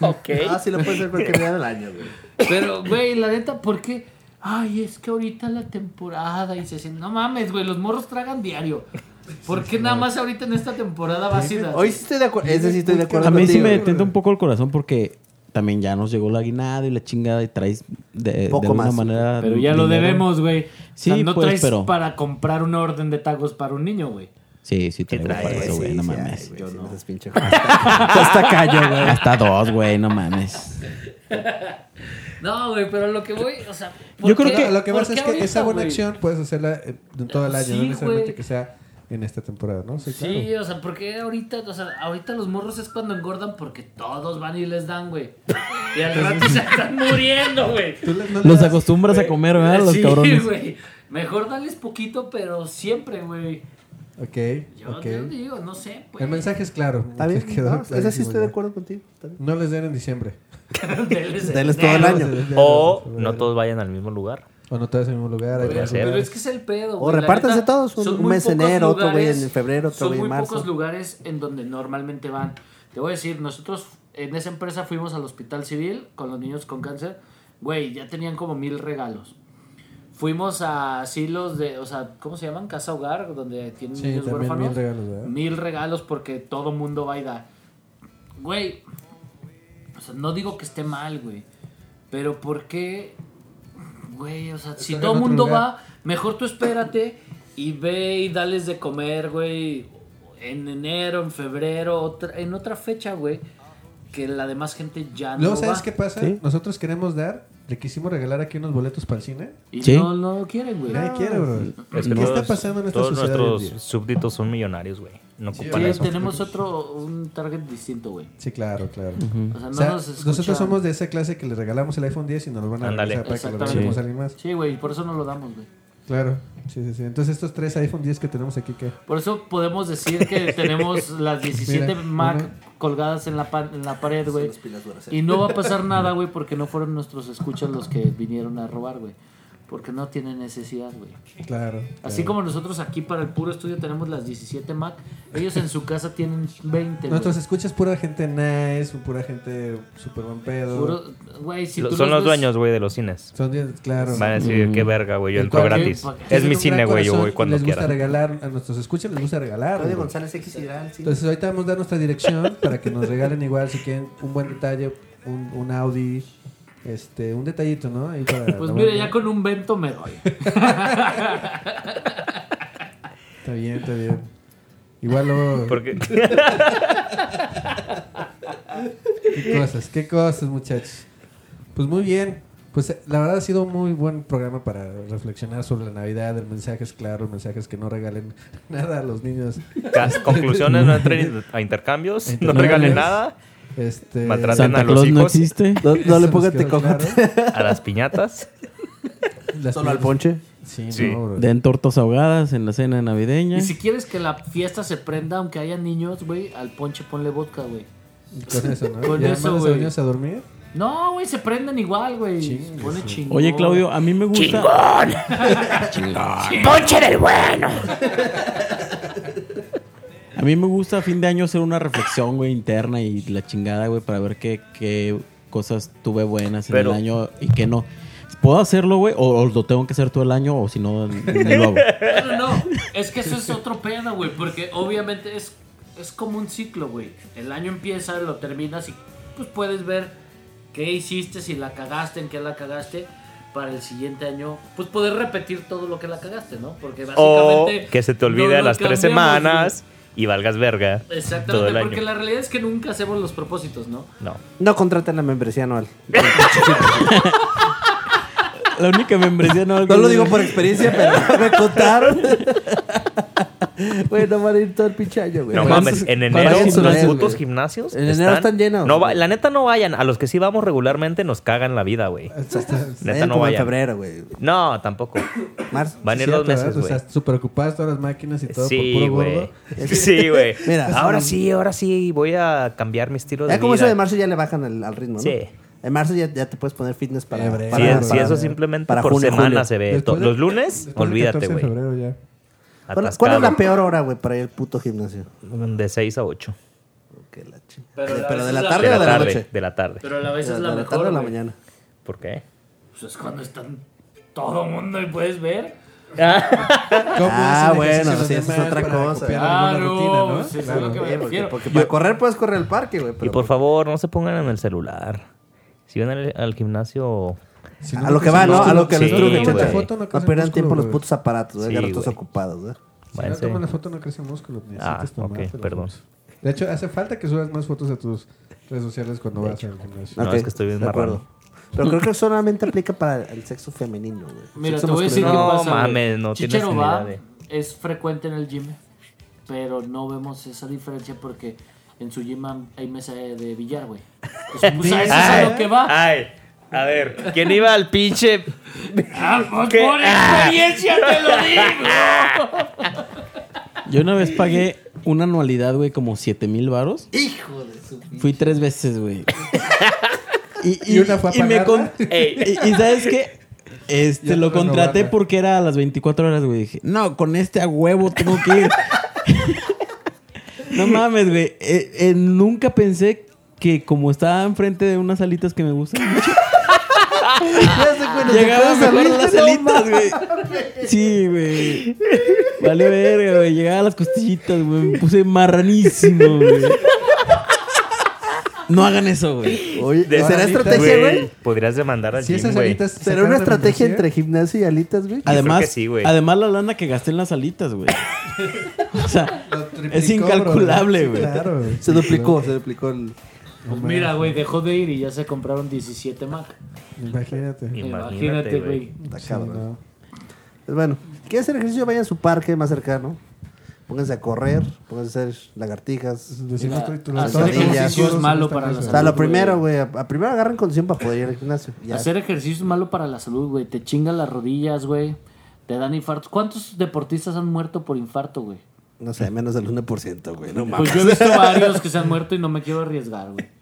Speaker 1: Ok.
Speaker 7: Ah, sí, lo puedes hacer cualquier día del año, güey.
Speaker 6: Pero, güey, la neta, ¿por qué? Ay, es que ahorita la temporada y se siente. No mames, güey, los morros tragan diario. ¿Por qué nada más ahorita en esta temporada vacía?
Speaker 7: Hoy sí estoy de acuerdo. Ese sí estoy de acuerdo.
Speaker 4: A mí sí
Speaker 7: contigo.
Speaker 4: me detenta
Speaker 5: eh.
Speaker 4: un poco el corazón porque también ya nos llegó la guinada y la chingada y traes de, de
Speaker 7: Poco
Speaker 4: alguna
Speaker 7: más.
Speaker 4: manera.
Speaker 6: Pero ya lo
Speaker 4: dinero.
Speaker 6: debemos, güey.
Speaker 4: Sí,
Speaker 6: o sea, no
Speaker 4: pues,
Speaker 6: traes
Speaker 4: pero-
Speaker 6: para comprar una orden de tacos para un niño, güey.
Speaker 4: Sí, sí, traigo para
Speaker 7: Ay,
Speaker 4: eso,
Speaker 7: sí,
Speaker 4: güey, no
Speaker 7: sí,
Speaker 4: mames.
Speaker 7: ay, güey, sí, esas pinche-
Speaker 4: Hasta callo, güey. Hasta dos, güey, no mames.
Speaker 6: No, güey, pero lo que voy, o sea. ¿por
Speaker 4: Yo creo
Speaker 6: qué-
Speaker 5: Pero lo que
Speaker 6: por
Speaker 5: pasa
Speaker 6: qué
Speaker 5: es que
Speaker 6: ahorita,
Speaker 5: esa buena
Speaker 6: güey?
Speaker 5: acción puedes hacerla eh, en todo el año,
Speaker 6: Sí,
Speaker 5: no necesariamente
Speaker 6: güey.
Speaker 5: que sea en esta temporada, ¿no? Sí, claro.
Speaker 6: Sí, o sea, porque ahorita, o sea, ahorita los morros es cuando engordan porque todos van y les dan, güey. Y al rato se están muriendo, güey.
Speaker 5: Tú le- no le
Speaker 4: Los
Speaker 5: das-
Speaker 4: acostumbras a comer, ¿verdad? Los
Speaker 6: sí,
Speaker 4: cabrones.
Speaker 6: güey. Mejor dales poquito, pero siempre, güey.
Speaker 5: Ok,
Speaker 6: Yo,
Speaker 5: ok.
Speaker 6: yo digo, no sé, pues.
Speaker 5: El mensaje es claro.
Speaker 7: Está bien.
Speaker 5: Se quedó
Speaker 7: no, ese sí
Speaker 5: clarísimo
Speaker 7: estoy de
Speaker 5: ya.
Speaker 7: acuerdo contigo. está bien.
Speaker 5: No les den en diciembre.
Speaker 6: Deles
Speaker 7: Denles todo el
Speaker 6: dinero.
Speaker 7: año.
Speaker 2: O no todos vayan al mismo lugar.
Speaker 5: O no todos en el mismo lugar. hay
Speaker 6: Pero,
Speaker 5: más-
Speaker 2: ser.
Speaker 6: pero es que es el pedo.
Speaker 7: O
Speaker 6: güey. La
Speaker 7: repártanse
Speaker 6: neta,
Speaker 7: todos, un-
Speaker 6: son
Speaker 7: un
Speaker 6: muy
Speaker 7: mes en
Speaker 6: pocos
Speaker 7: enero, otro güey
Speaker 6: lugares-
Speaker 7: en febrero, otro
Speaker 6: son
Speaker 7: güey en marzo.
Speaker 6: muy pocos lugares en donde normalmente van. Te voy a decir, nosotros en esa empresa fuimos al hospital civil con los niños con cáncer. Güey, ya tenían como mil regalos. Fuimos a asilos de, o sea, ¿cómo se llaman? Casa Hogar, donde tienen
Speaker 5: Sí,
Speaker 6: niños
Speaker 5: también
Speaker 6: huérfanos.
Speaker 5: mil regalos, ¿verdad?
Speaker 6: Mil regalos porque todo mundo va a da. Güey, o sea, no digo que esté mal, güey. Pero ¿por qué? Güey, o sea, si
Speaker 5: en
Speaker 6: todo el
Speaker 5: otro
Speaker 6: mundo
Speaker 5: lugar.
Speaker 6: va, mejor tú espérate y ve y dales de comer, güey. En enero, en febrero, otra- en otra fecha, güey. Que la demás gente ya
Speaker 5: Luego,
Speaker 6: no
Speaker 5: ¿sabes
Speaker 6: va.
Speaker 5: qué pasa?
Speaker 4: Sí.
Speaker 5: Nosotros queremos dar, le quisimos regalar aquí unos boletos para el cine.
Speaker 6: Y
Speaker 4: Sí.
Speaker 6: no, no lo quieren, güey.
Speaker 5: Nadie quiere, bro.
Speaker 2: Es que
Speaker 5: ¿Qué
Speaker 2: todos-
Speaker 5: está pasando en esta
Speaker 2: Todos
Speaker 5: sociedad? hoy en
Speaker 2: nuestros
Speaker 5: día?
Speaker 2: súbditos son millonarios, güey. No
Speaker 5: Sí,
Speaker 2: ocupan
Speaker 5: para
Speaker 6: Sí,
Speaker 2: eso.
Speaker 6: tenemos otro, un target distinto, güey.
Speaker 5: Sí, claro, claro.
Speaker 6: O sea, no
Speaker 5: O sea,
Speaker 6: nos escuchan.
Speaker 5: nosotros somos de esa clase que le regalamos el iPhone 10 y nos lo van a
Speaker 2: Ándale.
Speaker 5: regalar para que lo
Speaker 6: Exactamente.
Speaker 5: regalemos
Speaker 4: Sí.
Speaker 5: a alguien más.
Speaker 6: Sí, güey, por eso no lo damos, güey.
Speaker 5: Claro, sí, sí, sí. Entonces estos tres iPhone 10 que tenemos aquí, ¿qué?
Speaker 6: Por eso podemos decir que tenemos las 17
Speaker 5: Mira,
Speaker 6: Mac
Speaker 5: una.
Speaker 6: colgadas en la, pa- en la pared, güey.
Speaker 7: Las pilas duras, eh.
Speaker 6: Y no va a pasar nada, güey, porque no fueron nuestros escuchas los que vinieron a robar, güey. Porque no tienen necesidad, güey.
Speaker 5: Claro.
Speaker 6: Así
Speaker 5: claro.
Speaker 6: como nosotros aquí para el puro estudio tenemos las 17 Mac, ellos en su casa tienen 20. güey.
Speaker 5: Nosotros escuchas pura gente nice, pura gente super buen pedo.
Speaker 6: Puro- güey, si
Speaker 2: Lo-
Speaker 6: tú
Speaker 2: son los
Speaker 6: ves-
Speaker 2: dueños, güey, de los cines.
Speaker 5: Son 10, claro.
Speaker 2: Van a
Speaker 5: Mm.
Speaker 2: decir, qué verga, güey, yo
Speaker 5: El
Speaker 2: entro
Speaker 5: cual-
Speaker 2: gratis.
Speaker 6: ¿para qué?
Speaker 2: Es
Speaker 5: Tienen
Speaker 2: mi
Speaker 5: un
Speaker 2: cine,
Speaker 5: gran
Speaker 2: güey, yo
Speaker 5: corazón
Speaker 2: voy cuando
Speaker 5: Les gusta
Speaker 2: quiera.
Speaker 5: regalar, a nuestros escuchas les gusta regalar.
Speaker 7: Claudio
Speaker 5: güey.
Speaker 7: González X irá al cine.
Speaker 5: Entonces ahorita vamos a dar nuestra dirección para que nos regalen igual si quieren un buen detalle, un, un Audi, este, un detallito, ¿no? Ahí para-
Speaker 6: Pues
Speaker 5: la
Speaker 6: mire,
Speaker 5: banda.
Speaker 6: ya con un vento me doy.
Speaker 5: Está bien, está bien. Igual luego...
Speaker 2: Porque
Speaker 5: Qué cosas, qué cosas, muchachos. Pues muy bien. Pues eh, la verdad ha sido un muy buen programa para reflexionar sobre la Navidad. El mensaje es claro, el mensaje es que no regalen nada a los niños.
Speaker 2: Cas- conclusiones, no entren a intercambios, no
Speaker 5: Intercambios.
Speaker 2: regalen nada
Speaker 5: Este,
Speaker 2: Maltraten
Speaker 4: Santa
Speaker 2: a los
Speaker 4: Claus no
Speaker 2: hijos.
Speaker 4: existe.
Speaker 7: No, no le
Speaker 5: eso nos
Speaker 7: pongas
Speaker 5: quedó
Speaker 7: te cojo.
Speaker 5: claro.
Speaker 2: a las piñatas.
Speaker 5: Las
Speaker 7: Solo al
Speaker 5: piñatas-
Speaker 7: ponche.
Speaker 5: Sí,
Speaker 2: Sí.
Speaker 5: no, bro.
Speaker 4: Den tortas ahogadas en la cena navideña.
Speaker 6: Y si quieres que la fiesta se prenda, aunque haya niños, güey, al ponche ponle vodka, güey.
Speaker 5: Con eso, ¿no?
Speaker 6: Con
Speaker 5: ¿Ya
Speaker 6: eso,
Speaker 5: mandas a
Speaker 6: güey.
Speaker 5: los niños a dormir?
Speaker 6: No, güey, se prenden igual, güey. Pone chingón.
Speaker 4: Oye, Claudio, a mí me gusta.
Speaker 9: ¡Ponche del bueno!
Speaker 4: A mí me gusta a fin de año hacer una reflexión, güey, interna y la chingada, güey, para ver qué, qué cosas tuve buenas en
Speaker 2: Pero-
Speaker 4: el año y qué no. ¿Puedo hacerlo, güey? O, o lo tengo que hacer todo el año? ¿O si no, ni lo hago?
Speaker 6: No, no, no. Es que eso es otro pedo, güey. Porque obviamente es, es como un ciclo, güey. El año empieza, lo terminas y pues puedes ver qué hiciste, si la cagaste, en qué la cagaste. Para el siguiente año, pues poder repetir todo lo que la cagaste, ¿no? Porque
Speaker 2: O
Speaker 6: básicamente.
Speaker 2: que se te
Speaker 6: no
Speaker 2: olvide a
Speaker 6: lo
Speaker 2: las tres
Speaker 6: cambiamos,
Speaker 2: semanas.
Speaker 6: güey.
Speaker 2: y valgas verga todo el
Speaker 6: Exactamente,
Speaker 2: año.
Speaker 6: porque la realidad es que nunca hacemos los propósitos, ¿no?
Speaker 2: No.
Speaker 7: No contraten la membresía anual.
Speaker 4: La única membresía no.
Speaker 7: No lo digo por experiencia, pero me contaron. Güey, no van a ir todo el pinche año, güey.
Speaker 2: No
Speaker 7: Vayan
Speaker 2: mames,
Speaker 7: sus-
Speaker 2: en
Speaker 7: vayan
Speaker 2: enero
Speaker 7: sus
Speaker 2: los
Speaker 7: redes,
Speaker 2: putos
Speaker 7: güey.
Speaker 2: gimnasios
Speaker 7: En enero están llenos.
Speaker 2: No va- la neta no vayan, a los que sí vamos regularmente nos cagan la vida, güey. Neta
Speaker 7: Vayan
Speaker 2: no
Speaker 7: eh, como en
Speaker 2: vayan.
Speaker 7: febrero, güey.
Speaker 2: No, tampoco.
Speaker 7: Marzo.
Speaker 2: Van a ir
Speaker 5: Cierto,
Speaker 2: dos meses,
Speaker 5: ¿verdad? O
Speaker 7: Pues,
Speaker 2: güey.
Speaker 5: sea, super ocupadas todas las máquinas y todo
Speaker 2: Sí,
Speaker 5: por puro
Speaker 2: güey.
Speaker 5: gordo.
Speaker 2: Sí, güey.
Speaker 7: Mira,
Speaker 2: ahora
Speaker 7: son-
Speaker 2: sí, ahora sí voy a cambiar mi estilo de
Speaker 7: Ya como
Speaker 2: vida.
Speaker 7: eso de marzo ya le bajan al, al ritmo, ¿no?
Speaker 2: Sí.
Speaker 7: En marzo ya, ya te puedes poner fitness para...
Speaker 5: Eh, breve.
Speaker 2: Sí,
Speaker 7: para-
Speaker 2: sí,
Speaker 7: para-
Speaker 2: eso simplemente
Speaker 7: para
Speaker 2: por
Speaker 7: junio,
Speaker 2: semana
Speaker 7: julio.
Speaker 2: se ve.
Speaker 5: Después
Speaker 2: To-
Speaker 5: de-
Speaker 2: los lunes,
Speaker 5: después del
Speaker 2: olvídate,
Speaker 5: 14 de
Speaker 2: güey.
Speaker 5: febrero ya.
Speaker 7: ¿Cuál, cuál es la
Speaker 2: Atascado.
Speaker 7: peor hora, güey, para ir al puto gimnasio?
Speaker 2: De 6 a 8.
Speaker 7: Que la chingada.
Speaker 6: Pero, a
Speaker 7: Pero, de
Speaker 6: veces
Speaker 7: la
Speaker 6: la-
Speaker 7: tarde
Speaker 2: De
Speaker 7: o
Speaker 2: la
Speaker 7: de la
Speaker 2: tarde,
Speaker 7: noche.
Speaker 2: de la tarde.
Speaker 6: Pero a la vez es
Speaker 7: De
Speaker 6: la
Speaker 7: la
Speaker 6: mejor.
Speaker 7: tarde o la
Speaker 6: güey.
Speaker 7: mañana.
Speaker 2: ¿Por qué?
Speaker 6: Pues es cuando están todo mundo y puedes ver.
Speaker 5: ¿Cómo
Speaker 7: Ah,
Speaker 5: hacen
Speaker 7: bueno,
Speaker 5: ejercicio los
Speaker 7: sí, esa es
Speaker 5: demás
Speaker 7: otra
Speaker 5: para
Speaker 7: cosa.
Speaker 5: copiar
Speaker 6: Ah,
Speaker 5: alguna
Speaker 6: no,
Speaker 5: rutina, ¿no?
Speaker 6: sí,
Speaker 5: Claro.
Speaker 6: es lo que me
Speaker 7: Sí, Eh, porque,
Speaker 6: refiero.
Speaker 7: porque para correr puedes correr al parque, güey.
Speaker 2: Y
Speaker 7: pero-
Speaker 2: por favor, no se pongan en el celular. Si van al, al gimnasio,
Speaker 5: Si
Speaker 7: a lo que va, ¿no? A lo que
Speaker 2: Sí,
Speaker 7: les dure
Speaker 2: güey.
Speaker 7: muchacha.
Speaker 2: Tómate
Speaker 5: foto, no
Speaker 7: No
Speaker 5: crece
Speaker 7: pierdan
Speaker 5: músculo,
Speaker 7: tiempo los
Speaker 5: güey.
Speaker 7: putos aparatos, güey.
Speaker 2: Sí,
Speaker 7: garotos
Speaker 2: güey.
Speaker 7: ocupados, güey.
Speaker 5: Si no
Speaker 2: váyanse.
Speaker 5: toman la foto no crece músculo.
Speaker 2: Ah,
Speaker 5: necesitas
Speaker 2: ok,
Speaker 5: tomártelos.
Speaker 2: perdón.
Speaker 5: De hecho, hace falta que subas más fotos a tus redes sociales cuando vas al gimnasio.
Speaker 2: No,
Speaker 7: Ok,
Speaker 2: es que estoy bien
Speaker 7: de acuerdo.
Speaker 2: marrano.
Speaker 7: Pero creo que solamente aplica para el sexo femenino, güey.
Speaker 6: Mira,
Speaker 7: Sexo
Speaker 6: te voy a decir qué
Speaker 7: masculino,
Speaker 2: No,
Speaker 6: pasa. güey.
Speaker 2: mames, no tienes
Speaker 6: Chicharo
Speaker 2: ni
Speaker 6: va,
Speaker 2: idea de-
Speaker 6: es frecuente en el gym, pero no vemos esa diferencia porque en su gym hay mesa de billar, güey. Pues, pues, a eso es a lo que va.
Speaker 2: Ay, a ver, ¿quién iba al pinche?
Speaker 6: Ah, pues,
Speaker 2: ¿Qué? Ah.
Speaker 6: por experiencia te lo digo.
Speaker 4: Yo una vez pagué una anualidad, güey, como 7 mil varos. Hijo de su. Fui tres veces, güey. y,
Speaker 5: Y una fue a
Speaker 4: me
Speaker 5: pagarla.
Speaker 4: con- y, y ¿sabes qué? Este,
Speaker 5: Ya
Speaker 4: lo
Speaker 5: para
Speaker 4: contraté
Speaker 5: renovarla.
Speaker 4: porque era a las 24 horas, güey. Dije, no, con este a huevo tengo que ir. no mames, güey. Eh, eh, nunca pensé que como estaba enfrente de unas alitas que me gustan mucho,
Speaker 6: Ah,
Speaker 4: llegaba a mejor las alitas, güey. Sí, güey. Vale verga, güey. Llegaba a las costillitas, güey. Me puse marranísimo, güey. No hagan eso, güey.
Speaker 7: Oye, ¿será estrategia, güey?
Speaker 2: Podrías demandar al
Speaker 5: Si
Speaker 2: gym,
Speaker 5: esas
Speaker 2: güey.
Speaker 5: alitas
Speaker 7: ¿Será una estrategia entre gimnasio y alitas, güey?
Speaker 4: Además,
Speaker 2: que sí, güey.
Speaker 4: además la lana que gasté en las alitas, güey. O sea, es incalculable, güey.
Speaker 5: Claro, güey.
Speaker 7: Se duplicó, se duplicó el...
Speaker 6: Pues mira, güey, dejó de ir y ya se compraron 17 Mac.
Speaker 5: Imagínate.
Speaker 6: Imagínate, güey.
Speaker 7: la
Speaker 5: Sí,
Speaker 7: cabra.
Speaker 5: no.
Speaker 7: Pues bueno, quieren hacer ejercicio, vayan a su parque más cercano. Pónganse a correr, pónganse a hacer lagartijas.
Speaker 5: Decimos tú y tú lo
Speaker 6: Hacer
Speaker 5: sabes.
Speaker 7: ejercicio
Speaker 6: es malo para la
Speaker 7: O sea,
Speaker 6: salud.
Speaker 7: lo primero, güey, a, a primero agarren condición para poder ir al gimnasio. Ya.
Speaker 6: Hacer ejercicio es malo para la salud, güey. Te chingan las rodillas, güey. Te dan infartos. ¿Cuántos deportistas han muerto por infarto, güey?
Speaker 7: No sé, menos del 1%, güey. No mames.
Speaker 6: Pues yo he visto varios que se han muerto y no me quiero arriesgar, güey.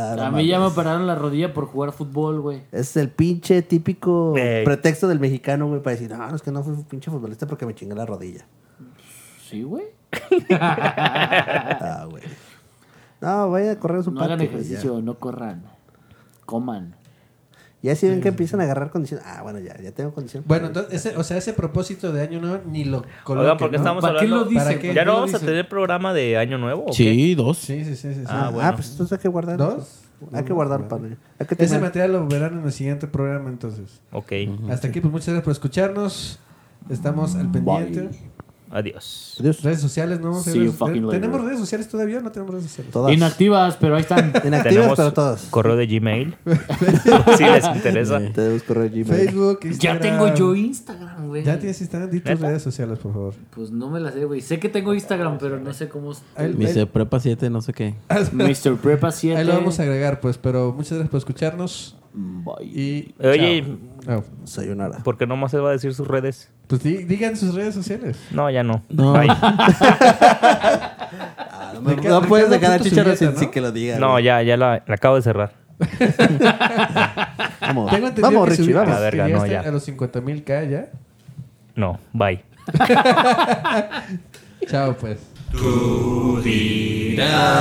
Speaker 7: Ah, no
Speaker 6: A mí
Speaker 7: mames.
Speaker 6: ya me operaron la rodilla por jugar fútbol, güey.
Speaker 7: Es el pinche típico
Speaker 2: Ey.
Speaker 7: pretexto del mexicano, güey, para decir, no, no, es que no fui pinche futbolista porque me chingué la rodilla.
Speaker 6: Sí, güey.
Speaker 7: ah, güey. No, vaya a correr a su
Speaker 6: No
Speaker 7: parque,
Speaker 6: hagan
Speaker 7: güey, ya.
Speaker 6: ejercicio, no corran. Coman.
Speaker 7: Ya si ven que empiezan a agarrar condición. Ah, bueno, ya, ya tengo condición.
Speaker 5: Bueno, entonces, ese, o sea, ese propósito de año nuevo ni lo coloquen,
Speaker 2: Oigan, porque
Speaker 5: ¿no?
Speaker 2: estamos
Speaker 6: ¿Para qué
Speaker 2: hablando.
Speaker 6: lo dicen?
Speaker 5: ¿Para qué?
Speaker 2: ¿Ya no
Speaker 5: lo
Speaker 2: vamos a
Speaker 5: dicen?
Speaker 2: tener programa de Año Nuevo? ¿o qué?
Speaker 4: Sí, dos.
Speaker 5: Sí, sí, sí. sí, sí.
Speaker 7: Ah,
Speaker 2: Ah, bueno.
Speaker 7: pues entonces hay que guardar. pues.
Speaker 5: ¿Dos?
Speaker 7: Hay que guardar para. Hay que
Speaker 5: Ese
Speaker 7: tener-
Speaker 5: material lo verán en el siguiente programa, entonces.
Speaker 2: Ok,
Speaker 6: Mm,
Speaker 5: Hasta aquí, pues muchas gracias por escucharnos. Estamos al pendiente.
Speaker 2: adiós.
Speaker 7: Adiós.
Speaker 5: Redes sociales, ¿no?
Speaker 6: See
Speaker 5: Redes-
Speaker 6: you fucking
Speaker 5: ¿Tenemos
Speaker 6: later.
Speaker 5: redes sociales todavía o no tenemos redes sociales?
Speaker 7: Todas.
Speaker 6: Inactivas, pero ahí están.
Speaker 7: Inactivas, pero todas.
Speaker 2: correo de Gmail. si les interesa.
Speaker 7: Tenemos correo Gmail.
Speaker 5: Facebook,
Speaker 6: ya
Speaker 5: Instagram.
Speaker 6: tengo yo Instagram, güey.
Speaker 5: Ya tienes Instagram. Di tus
Speaker 2: ¿Neta?
Speaker 5: redes sociales, por favor.
Speaker 6: Pues no me la sé, güey. Sé que tengo Instagram, pero no sé cómo.
Speaker 5: Ahí-
Speaker 4: Dice prepa 7, no sé qué.
Speaker 6: Mr. Prepa 7.
Speaker 5: Ahí lo vamos a agregar, pues. Pero muchas gracias por escucharnos.
Speaker 6: Bye.
Speaker 5: Y.
Speaker 2: Oye,
Speaker 5: chao. No,
Speaker 7: eh. Sayonara.
Speaker 2: ¿por qué no más se va a decir sus redes?
Speaker 5: Pues di- digan sus redes sociales.
Speaker 2: No, ya no.
Speaker 4: No.
Speaker 2: Bye.
Speaker 7: No,
Speaker 5: Ricardo-
Speaker 7: puedes
Speaker 5: Ricardo
Speaker 7: dejar a
Speaker 5: punto
Speaker 7: Chicharo
Speaker 5: Zulueta,
Speaker 7: sin,
Speaker 5: ¿no?
Speaker 7: sin que lo diga.
Speaker 2: No,
Speaker 7: güey.
Speaker 2: ya, ya la, la acabo de cerrar.
Speaker 7: Vamos,
Speaker 5: Tengo entendido
Speaker 7: Ah, vamos
Speaker 5: que
Speaker 7: Richie,
Speaker 5: subi-
Speaker 7: vamos.
Speaker 5: que
Speaker 2: A ver, ganó
Speaker 5: llegaste
Speaker 2: ya.
Speaker 5: A los 50.000 K ya.
Speaker 2: No, bye.
Speaker 5: Chao, pues.
Speaker 9: Tú dirás